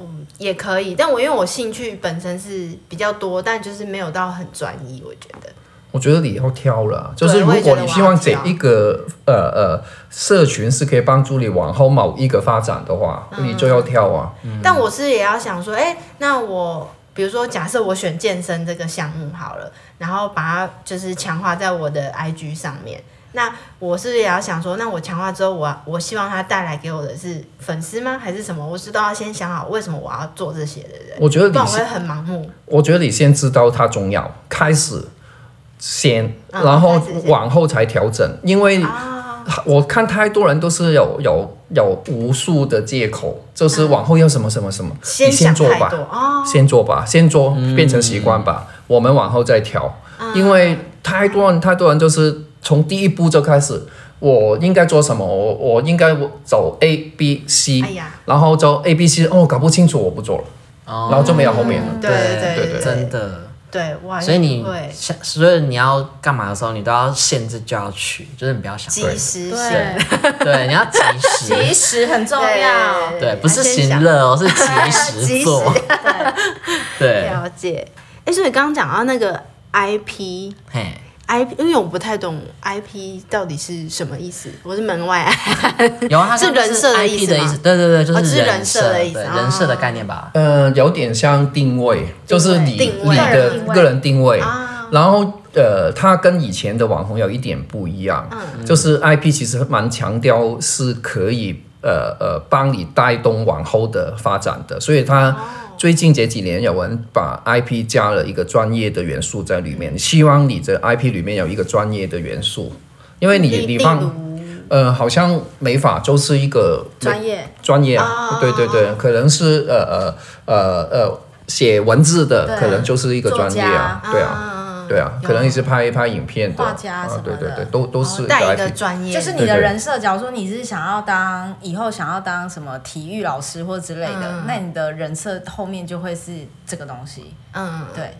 C: 嗯，也可以，但我因为我兴趣本身是比较多，但就是没有到很专一，我觉得。
D: 我觉得你要挑了，就
C: 对
D: 是如
C: 我也觉
D: 果
C: 得
D: 你
C: 我
D: 希
C: 要
D: 望这
C: 挑
D: 一个呃呃社群是可以帮助你往后某一个发展的话，
C: 嗯
D: 你就要挑啊。
A: 嗯
C: 但我是也要想说，哎、那我比如说，假设我选健身这个项目好了，然后把它就是强化在我的 IG 上面。那我是不是也要想说，那我强化之后我，我希望它带来给我的是粉丝吗，还是什么？我是都要先想好为什么我要做这些，对不对？
D: 我觉得
C: 不然
D: 你
C: 我会
D: 是
C: 很盲目。
D: 我觉得你先知道它重要，开始先，
C: 嗯
D: 然后
C: 开始先啊
D: 往后才调整，因为我看太多人都是有有有无数的借口，就是往后要什么什么什么，
C: 想
D: 你先做
C: 太
D: 吧
C: 多，哦，
D: 先做吧，先做变成习惯吧，我们往后再调，
C: 啊
D: 因为太多人太多人就是从第一步就开始。我应该做什么？我我应该走 A B C，、
C: 哎呀
D: 然后就 A B C，哦，搞不清楚我不做了，
A: 哦
D: 然后就没有后面了。
C: 对对
D: 对对
A: 真的。
C: 对，我好像
A: 所以你
C: 会
A: 想，所以你要干嘛的时候，你都要限制就要去，就是你不要想
C: 及
A: 太
C: 时
E: 对
C: 性，
A: 多， 对，你要及 时，
E: 及时很重要。
A: 对，不是
C: 啊先
A: 行
C: 想啊
A: 乐哦， 是及
C: 及
A: 时做， 对，
C: 了解。哎、所以刚刚讲到那个 IP，
A: 嘿，
C: I，因为我不太懂 IP 到底是什么意思，我是门外汉。
A: 有啊，它
C: 是
A: 就是
C: 人设的
A: IP
C: 意思
A: 的
C: 吗
A: 意思，对对对，就
C: 哦就是人
A: 人
C: 设的意思
A: 对
C: 哦
A: 人设的概念吧。
D: 呃，有点像定位，就是你
C: 定位
D: 你的
E: 定位
D: 个人定位
C: 啊。
D: 然后呃，它跟以前的网红有一点不一样，就是 IP 其实蛮强调是可以呃呃帮你带动往后的发展的，所以它最近这几年有人把 IP 加了一个专业的元素在里面，希望你的 IP 里面有一个专业的元素，因为 你
C: 例
D: 你
C: 例
D: 放
C: 如
D: 呃好像美发就是一个
E: 专业
D: 专业啊，对对对，可能是呃呃呃呃写文字的，可能就是一个专业啊，对
C: 嗯
D: 啊。对啊，可能你是拍一拍影片的，
B: 画家什
D: 啊
B: 么，
D: 对对
B: 的
D: 对，都都是一个
C: 哦带一个
D: IP，
C: 专业，
B: 就是你的人设，假如说你是想要当以后想要当什么体育老师或之类
A: 嗯
B: 的，那你的人设后面就会是这个东西。
C: 嗯，
D: 哦
B: 对，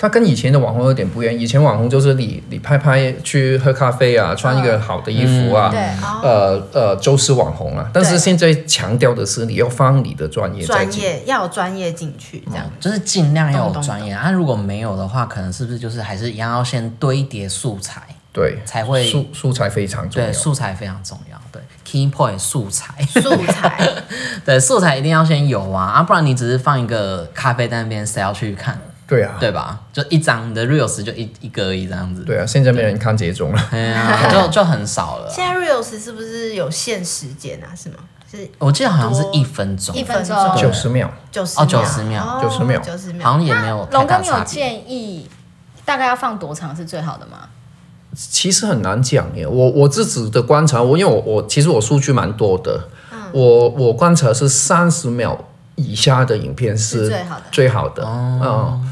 D: 它跟以前的网红有点不一样。以前网红就是你你拍拍去喝咖啡啊，穿一个好的衣服啊，
B: 嗯对
C: 哦
D: 呃呃，就是网红啊。但是现在强调的是你要放你的专业在
C: 专
D: 进，嗯
C: 业要有专业进去这样。
A: 就是尽量要
C: 懂
A: 有
C: 懂
A: 专业，啊，如果没有的话，可能是不是就是还是一样要先堆叠素材，
D: 对，
A: 才会
D: 素素材非常重要
A: 对，。素材非常重要，对，key point 素材，
C: 素材，
A: 对，素材一定要先有啊，啊，不然你只是放一个咖啡在那边，谁要去看，
D: 对啊，
A: 对吧？就一张你的 reels 就一一个而已这样子，
D: 对啊，现在没人看这种了。
A: 哎呀，就就很少了啊。
C: 现在 reels 是不是有限时间啊？是吗？是
A: 我记得好像是一分钟，
C: 一
A: 好
C: 分
E: 分钟
C: 钟
D: 九十秒，
C: 九十
A: 哦90秒
D: 90秒
C: 九十秒。
A: 像也没有哦太
E: 龙哥，
A: 大
E: 你有
A: 差别。
E: 建议大概要放多长是最好的吗？
D: 其实很难讲耶。我我自己的观察，我因为我我其实我数据蛮多的，
E: 嗯
D: 我我观察是三十秒以下的影片
E: 是
A: 呃
D: 是
E: 最好的哦
D: 最好的，嗯。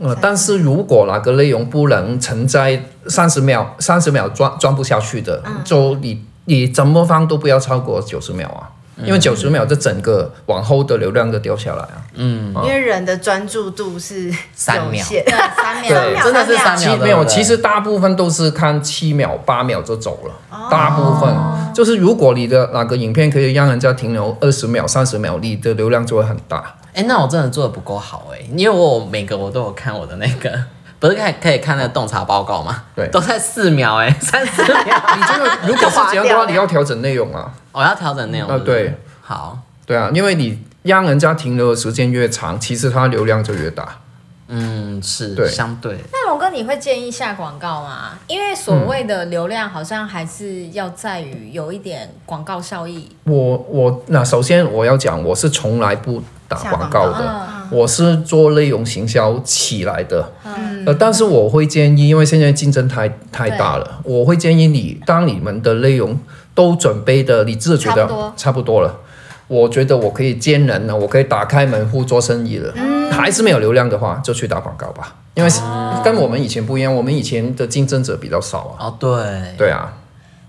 D: 呃，但是如果那个内容不能承载三十秒，三十秒装装不下去的，
E: 嗯
D: 就你你怎么放都不要超过九十秒啊，因为九十秒这整个往后的流量都掉下来啊。
C: 因为人的专注度是
A: 三
C: 有
A: 秒
C: 限，
E: 对，三 秒。
A: 对，真的是三秒
D: 七
A: 对不
D: 没有，
A: 对
D: 其实大部分都是看七秒、八秒就走了。大部分就是如果你的哪个影片可以让人家停留二十秒、三十秒，你的流量就会很大。
A: 哎、那我真的做的不够好哎、因为我有每个我都有看我的那个， 不是可以可以看那个洞察报告吗？
D: 对
A: 都在四秒哎、三 四秒，
D: 你这个如果是这样的
C: 划掉
D: 话，你要调整内容啊。
A: 我要调整内容。
D: 啊
A: 是不是
D: 对，
A: 好，
D: 对啊，因为你让人家停留的时间越长，其实它流量就越大。
A: 嗯，是
D: 对
A: 相对
E: 那龙哥，你会建议下广告吗？因为所谓的流量，好像还是要在于有一点广告效益。
D: 我我那首先我要讲，我是从来不打广告
C: 下
D: 嗯
C: 广
D: 的，我是做内容行销起来的。
E: 嗯，
D: 呃，但是我会建议，因为现在竞争太太大了，我会建议你，当你们的内容都准备的，你自己觉
E: 差不多
D: 得差不多了，我觉得我可以兼人了，我可以打开门户做生意了。
E: 嗯
D: 还是没有流量的话，就去打广告吧，因为是
E: 哦
D: 跟我们以前不一样，我们以前的竞争者比较少啊。
A: 哦，对，
D: 对啊，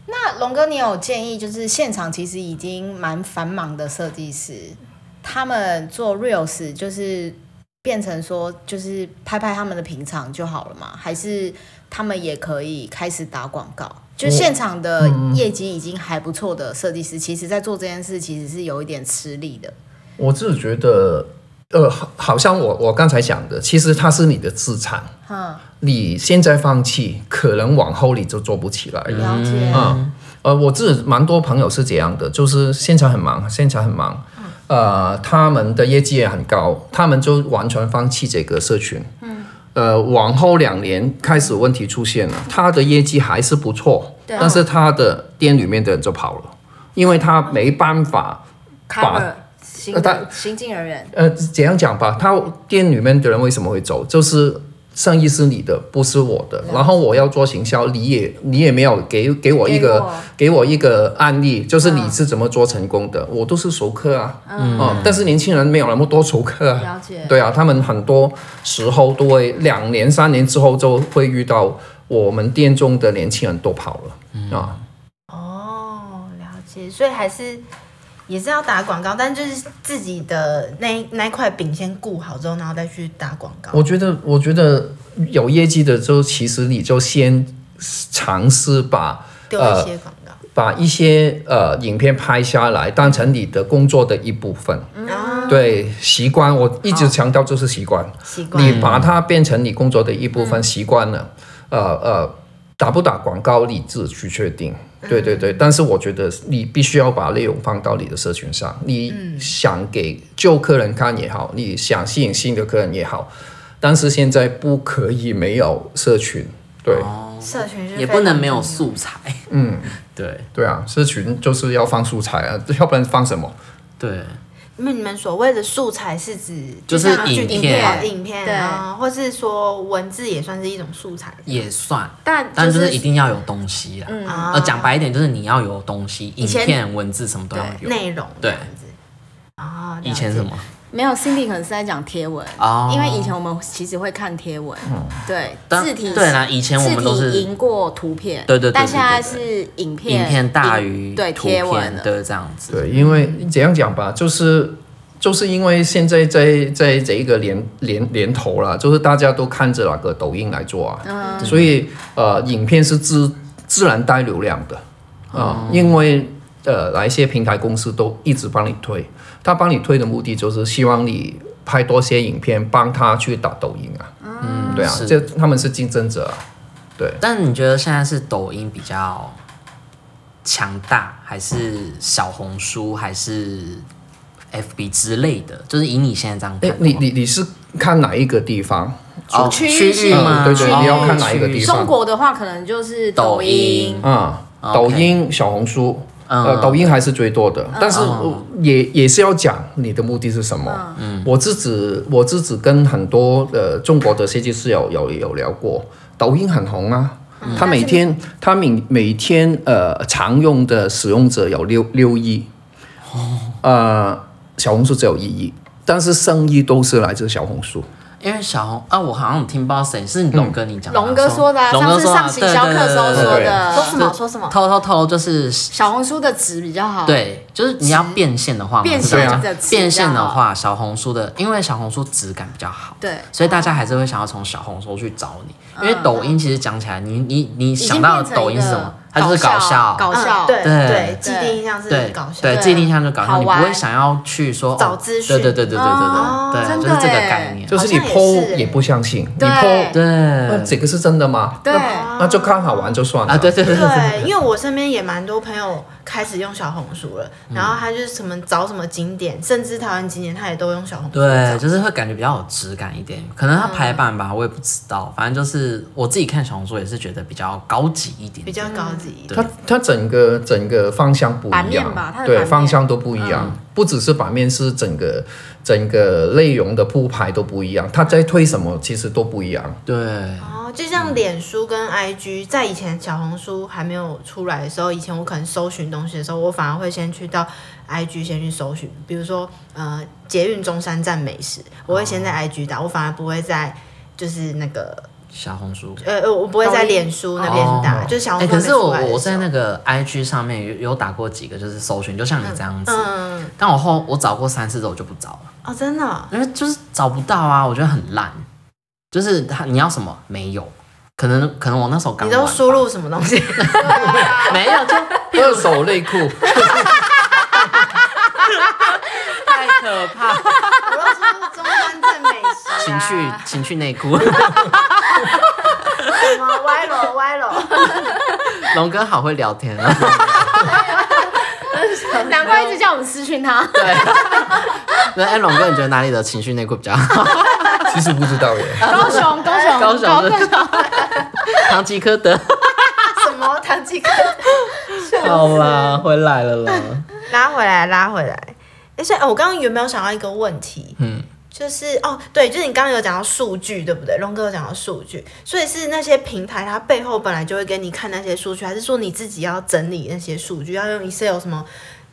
E: 那龙哥，你有建议，就是现场其实已经蛮繁忙的设计师，他们做 reels 就是变成说，就是拍拍他们的平常就好了嘛？还是他们也可以开始打广告？
A: 嗯
E: 就现场的业绩已经还不错的设计师，其实在做这件事其实是有一点吃力的。
D: 我自己觉得，呃，好好像我我刚才讲的，其实它是你的资产，
E: 嗯，
D: 你现在放弃，可能往后你就做不起来了。
E: 了解，
D: 嗯，呃，我自己蛮多朋友是这样的，就是现场很忙，现场很忙，
E: 嗯
D: 呃，他们的业绩也很高，他们就完全放弃这个社群。嗯，呃，往后两年开始问题出现了，他的业绩还是不错，
E: 对啊
D: 但是他的店里面的人就跑了，因为他没办法。
B: cover 行
D: 呃但
B: 行进人员，
D: 呃，怎样讲吧，他店里面的人为什么会走，就是生意是你的，不是我的。然后我要做行销，你也你也没有给给我一个给我一个案例，就是你是怎么做成功的，我都是熟客啊，嗯但是年轻人没有那么多熟客啊，
B: 了解，
D: 对啊，他们很多时候都会两年、三年之后就会遇到我们店中的年轻人都跑了、啊，
C: 哦，了解，所以还是也是要打广告，但就是自己的那那一块饼先顾好之后，然后再去打广
A: 呃
C: 告。
D: 我觉得，我觉得有业绩的就其实你就先尝试把
C: 丢一些广告，
D: 把一些呃影片拍下来，当成你的工作的一部分。
A: 嗯
C: 然后
D: 对，习惯我一直强调就是习惯，
C: 啊习惯
D: 你把它变成你工作的一部分，习惯了。呃呃，打不打广告你自己去确定。对对对，但是我觉得你必须要把内容放到你的社群上，你想给旧客人看也好，你想吸引新的客人也好，但是现在不可以没有社群。对、
C: 社群是
A: 也不能没有
C: 非常重要
A: 素材。嗯，对
D: 对啊，社群就是要放素材啊， 要不然放什么？
A: 对，
C: 那你们所谓的素材是指
A: 就是
C: 像剧
A: 影
C: 片、
A: 片
C: 影片
B: 对
C: 啊，或是说文字也算是一种素材
A: 也算，
B: 但
A: 但就是一
B: 是
A: 定要有东西啦。嗯，
C: 啊
A: 呃，讲白一点就是你要有东西，影
C: 前
A: 片、文字什么都要有。
C: 内容这
A: 对
C: 样子。啊，
A: 以前
C: 么？
A: 什么？
B: 没有 Cindy 可能是在讲贴文，
A: 哦嗯
B: 因为以前我们其实会看贴文，对
A: 当
B: 字体
A: 对啦以前我们都是
B: 字体赢过图片，
A: 对对对对
B: 但现在
A: 对
B: 是影片
A: 影片大于
B: 影对
A: 图
B: 贴文
A: 片，
B: 了，
A: 对这样子。
D: 对，因为怎样讲吧，就是就是因为现在在在这一个年年年头啦，就是大家都看着那个抖音来做啊，所以呃，影片是自自然带流量的啊、因为呃，哪一些平台公司都一直帮你推，他帮你推的目的就是希望你拍多些影片，帮他去打抖音啊，嗯，对啊，
A: 是
D: 这他们是竞争者啊，对。
A: 但你觉得现在是抖音比较强大，还是小红书，还是 FB 之类的？就是以你现在这样看
D: 哎
A: 的，话，
D: 你你你是看哪一个地方？
A: 哦
B: 区域
A: 域
B: 嗯
A: 吗？
D: 对对
A: 哦
D: 你要看哪一个
A: 区域
D: 地方
B: 中国的话可能就是
A: 抖音
B: 音，
D: 啊、
A: OK
D: 抖音、小红书，呃，抖音还是最多的，但是我也也是要讲你的目的是什么。嗯，我自己我自己跟很多呃中国的设计师有有有聊过，抖音很红啊。他每天，他每每天呃常用的使用者有六六亿，呃，小红书只有一亿，但是生意都是来自小红书。
A: 因为小红啊，我好像有听不知道谁是龙哥你讲的啊，
B: 嗯龙哥说的啊，
A: 龙
B: 上
A: 哥
B: 次
A: 说的啊
B: 上行销课的时候
A: 对对对对
B: 说
A: 对
C: 说
B: 的，
C: 什么？说什么？
A: 偷偷偷就是
B: 小红书的值比较好，，
A: 对，就是你要变现的话嘛，
B: 变
A: 是这样
B: 现
A: 讲
B: 的词
A: 变现
B: 比
A: 的
B: 较好
A: 话，小红书的，因为小红书质感比较好，
B: 对嗯
A: 所以大家还是会想要从小红书去找你，因为抖音其实讲起来，你你你想到的抖音是什么？它就是搞笑，
B: 搞
C: 嗯
B: 笑，
C: 对
A: 对
C: 对，既定印象是
A: 对
C: 搞笑，
A: 对，
B: 对
A: 既定印象就搞笑，
B: 好
A: 你不
B: 玩
A: 会想要去说
C: 找
A: 哦
C: 资讯
A: 对对对对对
B: 哦
A: 对对，
B: 真
A: 就
B: 的
A: 是这个
B: 耶
A: 概念，
D: 就是你
C: 好像也是
D: PO
C: 欸
D: 也不相信，你
B: 对
D: PO
A: 对
D: 那这个是真的吗？
B: 对
D: 那那就看好玩就算了。
A: 啊，对对对对，
C: 对，因为我身边也蛮多朋友开始用小红书了，
A: 嗯
C: 然后他就是什么找什么景点，甚至台湾景点他也都用小红书
A: 对，
C: 找。
A: 就是会感觉比较有质感一点，可能它排版
C: 嗯
A: 吧，我也不知道，反正就是我自己看小红书也是觉得比较高级一点点，
C: 比较高级一点。
D: 它它整个整个方向不
B: 版
D: 一
B: 面
D: 样
B: 吧它，的版
D: 对
B: 面嗯
D: 方向都不一样，不只是版面，是整个整个内容的铺排都不一样，它在推什么其实都不一样。
A: 对。
C: 哦，就像脸书跟 IG，在以前小红书还没有出来的时候，以前我可能搜寻东西的时候，我反而会先去到 IG 先去搜寻，比如说呃捷运中山站美食，我会先
A: 哦
C: 在 IG 打，我反而不会在就是那个
A: 小红书。
C: 呃呃我不会在脸书那边打，就是小红
A: 哎、
C: 书
A: 可
C: 还没
A: 是我
C: 出来的
A: 我
C: 时
A: 在
C: 候
A: 那个 IG 上面有有打过几个，就是搜寻，就像你这样子。
C: 嗯
A: 但我后我找过三次之后我就不找了，
C: 哦真的哦、
A: 因为就是找不到啊，我觉得很烂。就是他你要什么没有，可能可能我那时候刚
C: 你都
A: 玩
C: 输入什么 东西？
A: 没 有就
D: 二手内 裤，
A: 太可怕。
C: 我都输入中真正美食、啊，
A: 情趣情趣内裤。
C: 什么歪楼歪楼，
A: 龙哥好会聊天啊，
B: 难怪一直叫我们私讯他。
A: 对。那哎，龙哥，你觉得哪里的情趣内裤比较好？
D: 其实不 知道耶。
B: 高雄，高雄，
A: 高雄
B: 高
A: 的唐吉诃 德。
C: 什么唐吉诃德？
A: 好啦，回来了啦。
C: 拉回来，拉回来。而且、哦、我刚刚有没有想到一个问题？
A: 嗯，
C: 就是哦，对，就是你刚刚有讲到数据，对不对？龙哥有讲到数据，所以是那些平台它背后本来就会给你看那些数据，还是说你自己要整理那些数据，要用 Excel 什么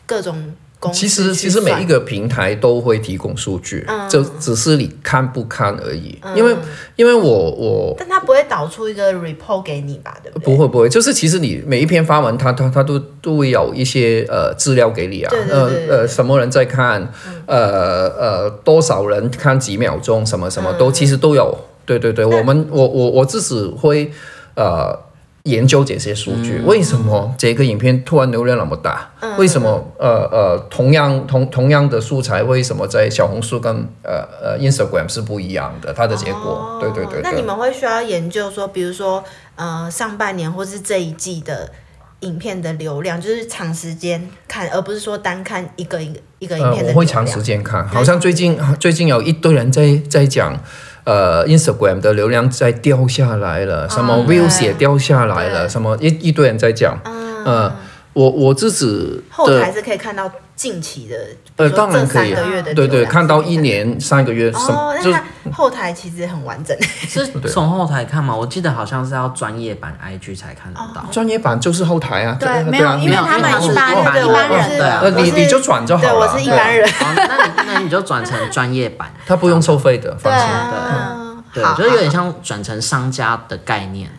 C: 各种公式
D: 其实其实每一
C: 个
D: 个平台都会提供数据
C: 嗯，
D: 就只是你看不看而已。
B: 嗯
D: 因为因为我我
C: 但它不会导出一个 report 给你吧？对不对？
D: 不会不会，就是其实你每一篇发文，它它它都都会有一些呃资料给你啊，
C: 对对对对
D: 呃
C: 对嗯
D: 呃什么人在看，呃呃多少人看几秒钟，什么什
C: 嗯
D: 么都、其实都有。对对对，我们我我我自己会呃研究这些数
C: 嗯
D: 据，为什么这个影片突然流量那么大？为什么呃呃同样同同样的素材，为什么在小红书跟呃呃 Instagram 是不一样的？它的结果，对对对对。
C: 哦那你们会需要研究说，比如说呃上半年或是这一季的影片的流量，就是长时间看，而不是说单看一个一个一个影
D: 呃
C: 片，的
D: 我
C: 流
D: 会
C: 量。
D: 长时间看，好像最近最近有一堆人在在讲。呃，Instagram 的流量在掉下来
C: 哦
D: 了，什么 views 也掉下来了，什么一一堆人在讲。嗯、呃，我我自己
C: 啊后
D: 的
C: 台是可以看到近期的，比
D: 呃
C: 如说
D: 当然可以
C: 这三个月的流
D: 对对，
C: 量
D: 看到一。年、三个月什
C: 哦
D: 么，，就
C: 那它后台其实很完整。
A: 是从后台看吗？我记得好像是要专业版 IG 才看得
B: 哦
A: 到。
D: 专业版就是后台啊。
B: 对
D: 啊
B: 没有
D: 啊
B: 因为
A: 没有
B: 他们
A: 因为
B: 一般
A: 我
C: 对
A: 我
C: 一般
A: 我
C: 人
A: 对啊
D: 呃，你
C: 我是
D: 你就转就好
C: 对，
D: 了。
C: 我是一
D: 对啊
C: 般人。
A: 好，哦那你那你就转成专业 版，
D: 他不用收费的，放心。啊
C: 嗯
A: 对
C: 好，，
A: 就是有点
C: 好。
A: 像转成商家的概念。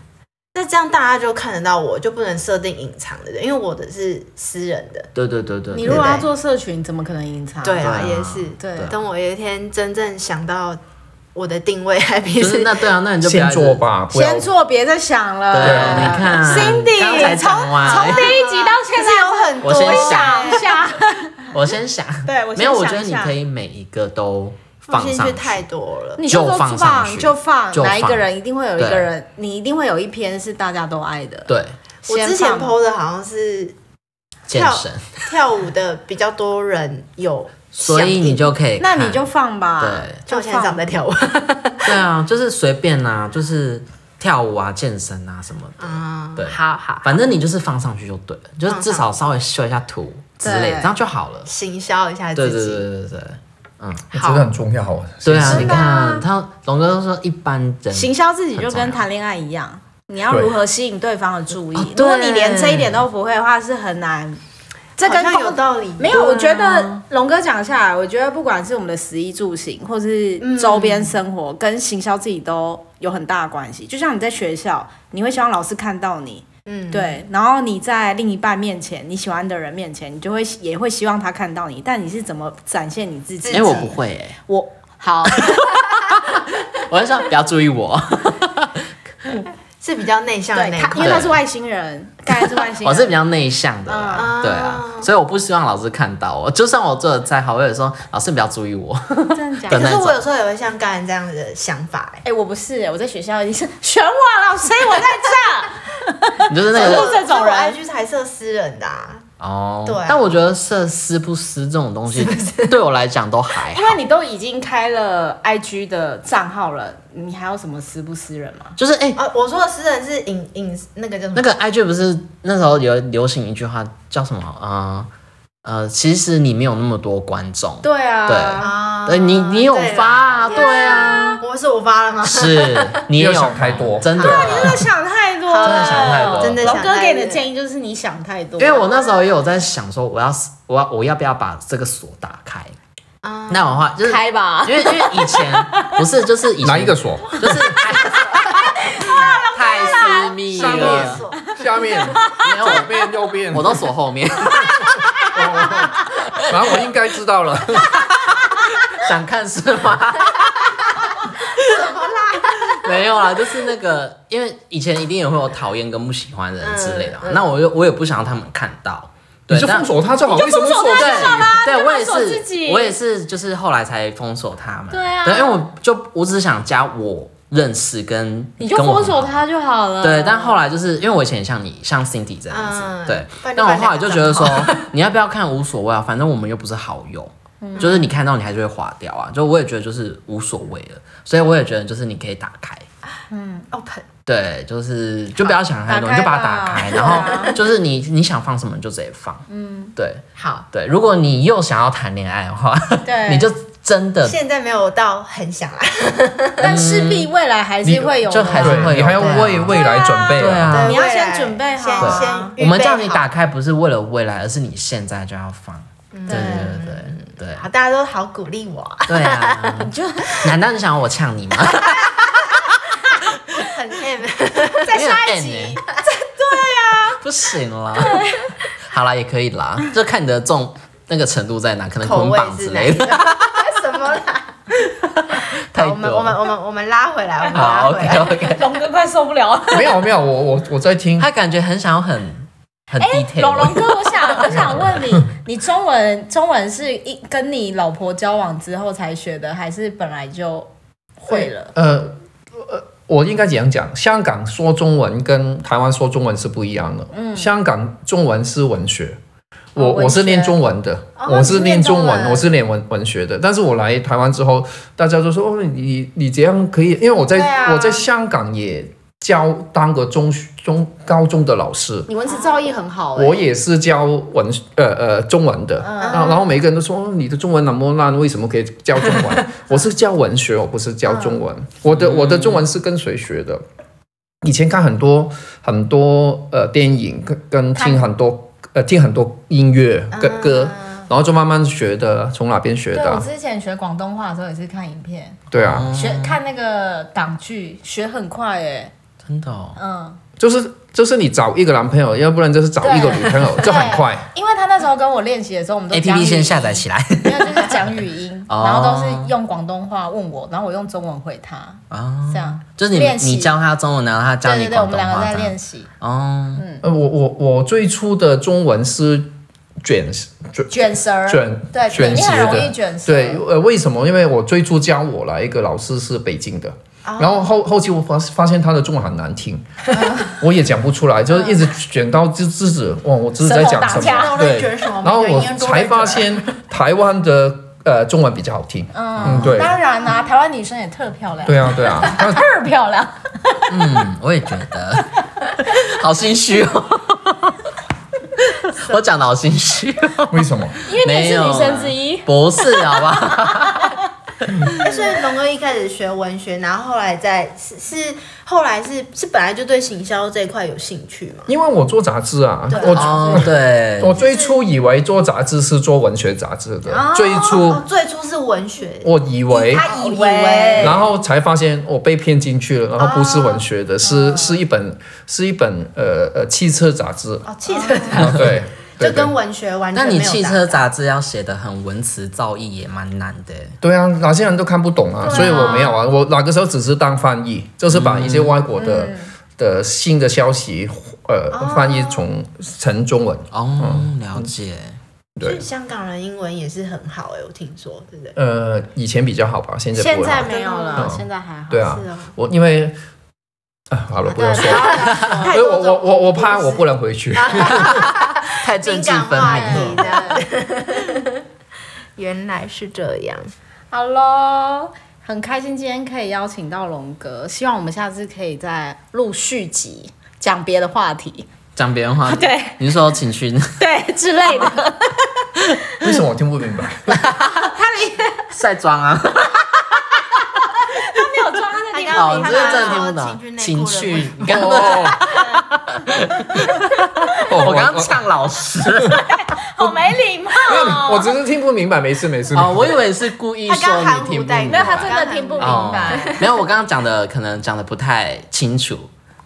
C: 那这样大家就看得到我，就不能设定隐藏的，因为我的是私人的。
A: 对对对对，
B: 你
A: 对
B: 如果要做社群，怎么可能隐藏？
C: 对啊，
A: 对啊
C: 也是。
B: 对
A: 对啊
C: 等我有一天真正想到我的定位，还比
A: 就是那对啊，那你就不要
D: 先
A: 一直
D: 做。吧，不要
B: 先做，别再想了。
A: 对，你看
B: Cindy，
A: 刚才讲完
B: 从，第一集到现在有很
A: 多我先想
B: 一下，
A: 我先想，
B: 对我先
A: 没有，我
B: 想
A: 觉得
B: 一
A: 你
B: 下
A: 可以每一个都
C: 放
A: 放
C: 进
A: 上
C: 去
A: 去，
C: 太多了。
B: 你就
A: 就
B: 说
A: 放上去
B: 就放，
A: 就
B: 哪一个
A: 放
B: 人一定会有一个
A: 对
B: 人，你一定会有一篇是大家都爱的。
A: 对，
C: 我之前
B: 先放
C: PO 的好像是
A: 健
C: 跳
A: 身，
C: 跳舞的比较多人有响
A: 所
C: 应，
A: 以你就可以
B: 那
A: 看，
B: 你就放吧。
A: 对
C: 就现在长在跳舞。
A: 对啊，就是随便啊，就是跳舞啊、健身啊什么的，
C: 嗯，
A: 对
C: 好好，
A: 反正你就是放上去就对了，就是至少稍微修一下图之类的，
B: 对
A: 这样就好了。
C: 行销一下
A: 对
C: 自
A: 对对
C: 己。
A: 对对对，
D: 我觉得很重要啊。
A: 对啊，
D: 是
A: 你看他龙哥说一般人
B: 行销自己就
A: 很重要
B: 跟谈恋爱一样，你要
D: 对
B: 如何吸引对方的注意？
A: 哦
B: 如果
A: 对
B: 你连这一点都不会的话，是很难。这
C: 好
B: 跟
C: 像有
B: 沟
C: 道理，
B: 没有，我觉得龙哥讲下来，我觉得不管是我们的食衣住行，或是周边生活，跟行销自己都有很大的关系。就像你在学校，你会希望老师看到你，
C: 嗯，
B: 对，然后你在另一半面前，你喜欢的人面前，你就会也会希望他看到你，但你是怎么展现你自己？
A: 哎、我不会哎、
B: 我 好，
A: 我就说不要注意我，
C: 是比较内向的
B: 对
C: 那一
B: 他，
C: 块。
B: 因为他是外星人，大概是外 星人，
A: 我哦是比较内向的啦，对啊，所以我不希望老师看到我，就算我做的再好，我也说老师你不要注意我，
B: 真的假
A: 的
B: 的？
C: 可
A: 那
C: 是
A: 种
C: 我有时候也会像刚才这样的想法，哎，
B: 哎、我不是、我在学校已经是 选我老师，我在这。
A: 你就是那
B: 我
A: 个
B: 是这种人
C: ，IG 才设私人的啊，
A: 哦，
C: 对啊
A: 但我觉得设撕不撕这种东西，对我来讲都还好
B: 因，为你都已经开了 IG 的账号了，你还有什么私不私人吗？
A: 就是哎、
C: 啊，我说的私人是隐隐那个叫什
A: 那
C: 么？
A: 个 IG 不是那时候有流行一句话叫什么啊？呃呃，其实你没有那么多观众，
B: 对啊，
A: 对
C: 啊
A: 对，你你有发啊，对啊，
C: 我是我发了吗？
A: 是你也
D: 不
A: 有
D: 要想太多
A: 真的。
B: 真的想太多了，
A: 真的想太多真
C: 的想
B: 龙
C: 太多
B: 哥给你的建议就是你想太多，
A: 因为我那时候也有在想说，我要是我要我要不要把这个锁打开？
C: 啊
A: 那我的话就是，
B: 开吧，
A: 因为因为以前不是就是以前
D: 哪一 个锁？
A: 就是太私密
D: 上面
A: 了，
D: 下 面、
A: 没有
D: 左边、右边，
A: 我都锁后面，
D: 然后我应该知道了。
A: 想看是吗？没有啦，就是那个，
F: 嗯
A: 因为以前一定也会有讨厌跟不喜欢的人之类的嘛，那我又我也不想让他们看到，
D: 你
A: 对
D: 就
A: 但
D: 封锁他就好，为什么不
F: 啊
D: 锁
A: 对
D: 自己？
A: 对，我也
F: 封锁自己
A: 是，我也是，就是后来才封锁他们。
F: 对啊
A: 因为我就我只是想加我认识跟
F: 你就
A: 跟我
F: 封锁
A: 很好
F: 他就好了。
A: 对，但后来就是因为我以前也像你像 Cindy 这样子，
C: 嗯
A: 对
C: 不然，就
A: 但我
C: 办
A: 后来
C: 两个
A: 就觉得说， 你要不要看无所谓啊，反正我们又不是好友，
C: 嗯
A: 就是你看到你还是会划掉啊，就我也觉得就是无所谓了，所以我也觉得就是你可以打开。
C: open，
A: 对，就是就不要想太多，
E: 打开
A: 你就把
E: 吧
A: 它打开，然
C: 啊
A: 后就是你你想放什么你就直接放，嗯，对
C: 好，
A: 对。如果你又想要谈恋爱的话，
E: 对
A: 你就真的
C: 现在没有到很想啊，
B: 但势必未来还是会有
A: 嗯就
B: 的
A: 还是
B: 啦。
A: 会有
D: 对，你还要
A: 对啊
D: 为未来准备
A: 对啊
C: 对
B: 你要
C: 未来
B: 先准备好
C: 先
B: 啊
C: 先预备
A: 我们叫你
C: 好
A: 打开不是为了未来，而是你现在就要放。
C: 嗯
A: 对对对对
C: 好，大家都好鼓励我，
A: 对啊！你就难道你想要我呛你吗？
C: 很 M，
A: 再下一集， 对啊，不行啦。好啦，也可以啦，就看你的重那个程度在哪，可能
C: 口
A: 捆
C: 味
A: 绑
C: 是
A: 之
C: 哪
A: 类
C: 一
A: 的
C: 个，？什么啦？
A: 太
C: 好
A: 多
C: 我们我们
A: 了。
C: 我们我们拉回来，我们拉
A: 好
C: 回
A: ，OK
C: 来。
A: OK。
F: 龙哥快受不了
A: 啊
F: 了。
D: 没有没有，我我我在听，
A: 他感觉很想要很很 detail。
B: 龙龙哥，我想我想问你，你中文中文是一跟你老婆交往之后才学的，还是本来就会了？
D: 呃呃，我应该怎样讲？香港说中文跟台湾说中文是不一样的。嗯，香港中文是文学，我、
B: 哦文学
D: 我是念中文的，
C: 哦
D: 我是念中
C: 你是念中文
D: 我是念文文学的。但是我来台湾之后，大家都说哦，你你这样可以，因为我在、
C: 对啊
D: 我在香港也教当个中中高中的老师。
E: 你文字造诣很好
B: 欸
E: 哎、
D: 我也是教文呃呃中文的，
B: 嗯
D: 啊，然后每个人都说哦你的中文那么烂，为什么可以教中 文？我是教文学，我不是教中文。
B: 嗯
D: 我的我的中文是跟谁学的？以前看很多很多呃电影，跟跟听很多呃听很多音乐歌歌，然后就慢慢学的，从哪边学
B: 嗯对，我
D: 的？
B: 之前学广东话的时候也是看影片，
D: 对啊，
A: 嗯
B: 学看那个港剧，学很快哎，
A: 真的哦，
B: 嗯，
D: 就是就是你找一个男朋友，要不然就是找一个女 朋友，就很快。
B: 因为他那时候跟我练习的时候，我们都
A: A P
B: 讲
A: P
B: 语
A: 先
B: 音
A: 下载起来
B: 没有，就是讲语音，
A: 哦
B: 然后都是用广东话问我，然后我用中文回他，
A: 啊，
B: 这样
A: 就是你
B: 练习
A: 你教他中文，然后他教
B: 对
A: 你
B: 对对，我
A: 广
B: 们
A: 东
B: 两
A: 话
B: 个在
A: 这样。
B: 练习
A: 哦，
D: 呃，我我我最初的中文是卷卷
B: 卷舌儿，
D: 卷
B: 对，
D: 卷
B: 你
D: 舌
B: 很容易
D: 的。
B: 卷舌，
D: 对，呃，为什么？因为我最初教我来一个老师是北京的，
B: 啊
D: 然后后后期我发发现他的中文很难听， 我也讲不出来，就是一直卷到自自己，哇，我自己在讲什
B: 啊舌头打
D: 么？ 对，然后我才发现台湾的呃中文比较好听，嗯，对，
B: 当然啦、台湾女生也特漂亮，
D: 对啊，对啊，但
B: 特漂亮，
A: 嗯，我也觉得， 好心虚哦。我讲的好心虚哦，
D: 为什么？
F: 因为你也
A: 没
F: 是
A: 有
F: 女
A: 啊
F: 生之一，
A: 不是好不好？
C: 哎所以龙哥一开始学文学，然后后来在是是后来是是本来就对行销这一块有兴趣嘛？
D: 因为我做杂志啊，我
A: 哦，对，
D: 我最初以为做杂志是做文学杂志的，最初
C: 哦最初是文学，
D: 我以为，
C: 他以
B: 啊以
C: 为哦
B: 为
D: 然后才发现我被骗进去了，然后不是文学的，是是一本是一本呃呃汽车杂志，
C: 哦， 汽车
D: 啊对，对
C: 就
D: 对
C: 跟文学完全
A: 那
C: 没有
A: 你
C: 搭
A: 汽车杂志要写的很文词造诣也蛮难的。
D: 对啊，哪些人都看不懂啊，所以我没有啊，我那个时候只是当翻译，就是把一些外国的的新的消息呃翻译从成中文，
A: 哦，了解。
C: 所
D: 对
C: 以，香港人英文也是很好哎、我听说，对不对？
D: 呃，以前比较好吧，现在
E: 现
D: 不会
E: 在
D: 了，
E: 没有了，
D: 嗯
E: 现在还好。
D: 对啊
C: 是哦，
D: 我因为啊好了，不
C: 对啊
D: 用说了。
C: 太
D: 因为
C: 多
D: 我
C: 种
D: 我我我怕我不能回去。
A: 太政治分明
C: 敏
A: 了。
C: 感话题 的原来是这样，
B: 好喽，很开心今天可以邀请到龙哥，希望我们下次可以再录续集，讲别的话题，
A: 讲别人话，对，你是说请去
B: 对之类的。
D: 为什么我听不明白？
A: 晒妆啊？
C: 他刚
A: 哦，你
C: 他
A: 这个
C: 刚
A: 真的听不
C: 说
A: 懂。请
C: 情趣
A: 去
C: 内裤，
A: 你刚
D: 哦， 哦
A: 我刚刚呛老师
F: 好没礼貌
D: 我我只是听不明白，没事没事。
A: 哦，我以为是故意说你听不明
F: 没有，他
A: 白。
F: 真的听不明白。
A: 没有，我刚刚讲的可能讲的不太清楚，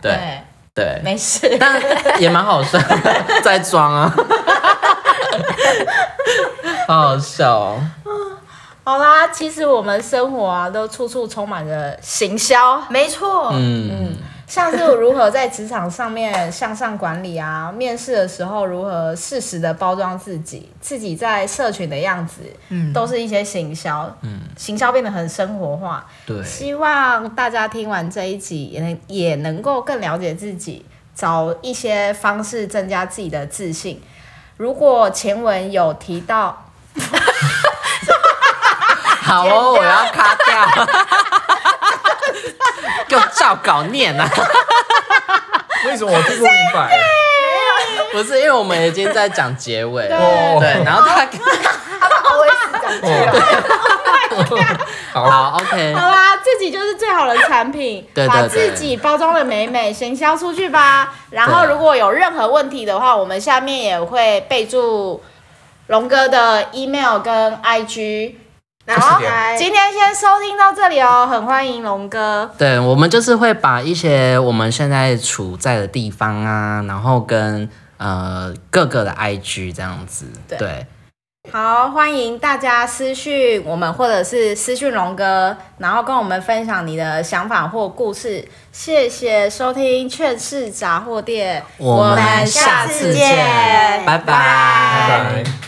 A: 对
B: 对，
A: 对，
B: 没事，
A: 但也蛮好笑的， 在装啊，好好笑哦。
B: 好啦，其实我们生活啊，都处处充满着行销。
C: 没错，
A: 嗯，
B: 像是如何在职场上面向上管理啊，面试的时候如何适时的包装自己，自己在社群的样子，嗯，都是一些行销，嗯，行销变得很生活化。
A: 对，
B: 希望大家听完这一集，也能也能够更了解自己，找一些方式增加自己的自信。如果前文有提到，
A: 好哦，我要卡 掉，给我照稿念啊！
D: 为什么我听不明白？
A: 不是，因为我们已经在讲结尾，
D: 哦
A: 对，然后他
B: 他们 always 讲这个。
A: 好，OK，
B: 好啦，自己就是最好的产品，
A: 对对对
B: 把自己包装的美美，行销出去吧。然后如果有任何问题的话，我们下面也会备注龙哥的 email 跟 IG。然后
D: 谢谢
C: 哎
B: 今天先收听到这里哦，很欢迎龙哥。
A: 对，我们就是会把一些我们现在处在的地方啊，然后跟呃各个的 IG 这样子，
B: 对
A: 对，
B: 好，欢迎大家私讯我们，或者是私讯龙哥，然后跟我们分享你的想法或故事。谢谢收听《劝世杂货店》，
A: 我们
B: 我们下
A: 下次
B: 次
A: 见
B: 见，
A: 拜拜
D: 拜拜。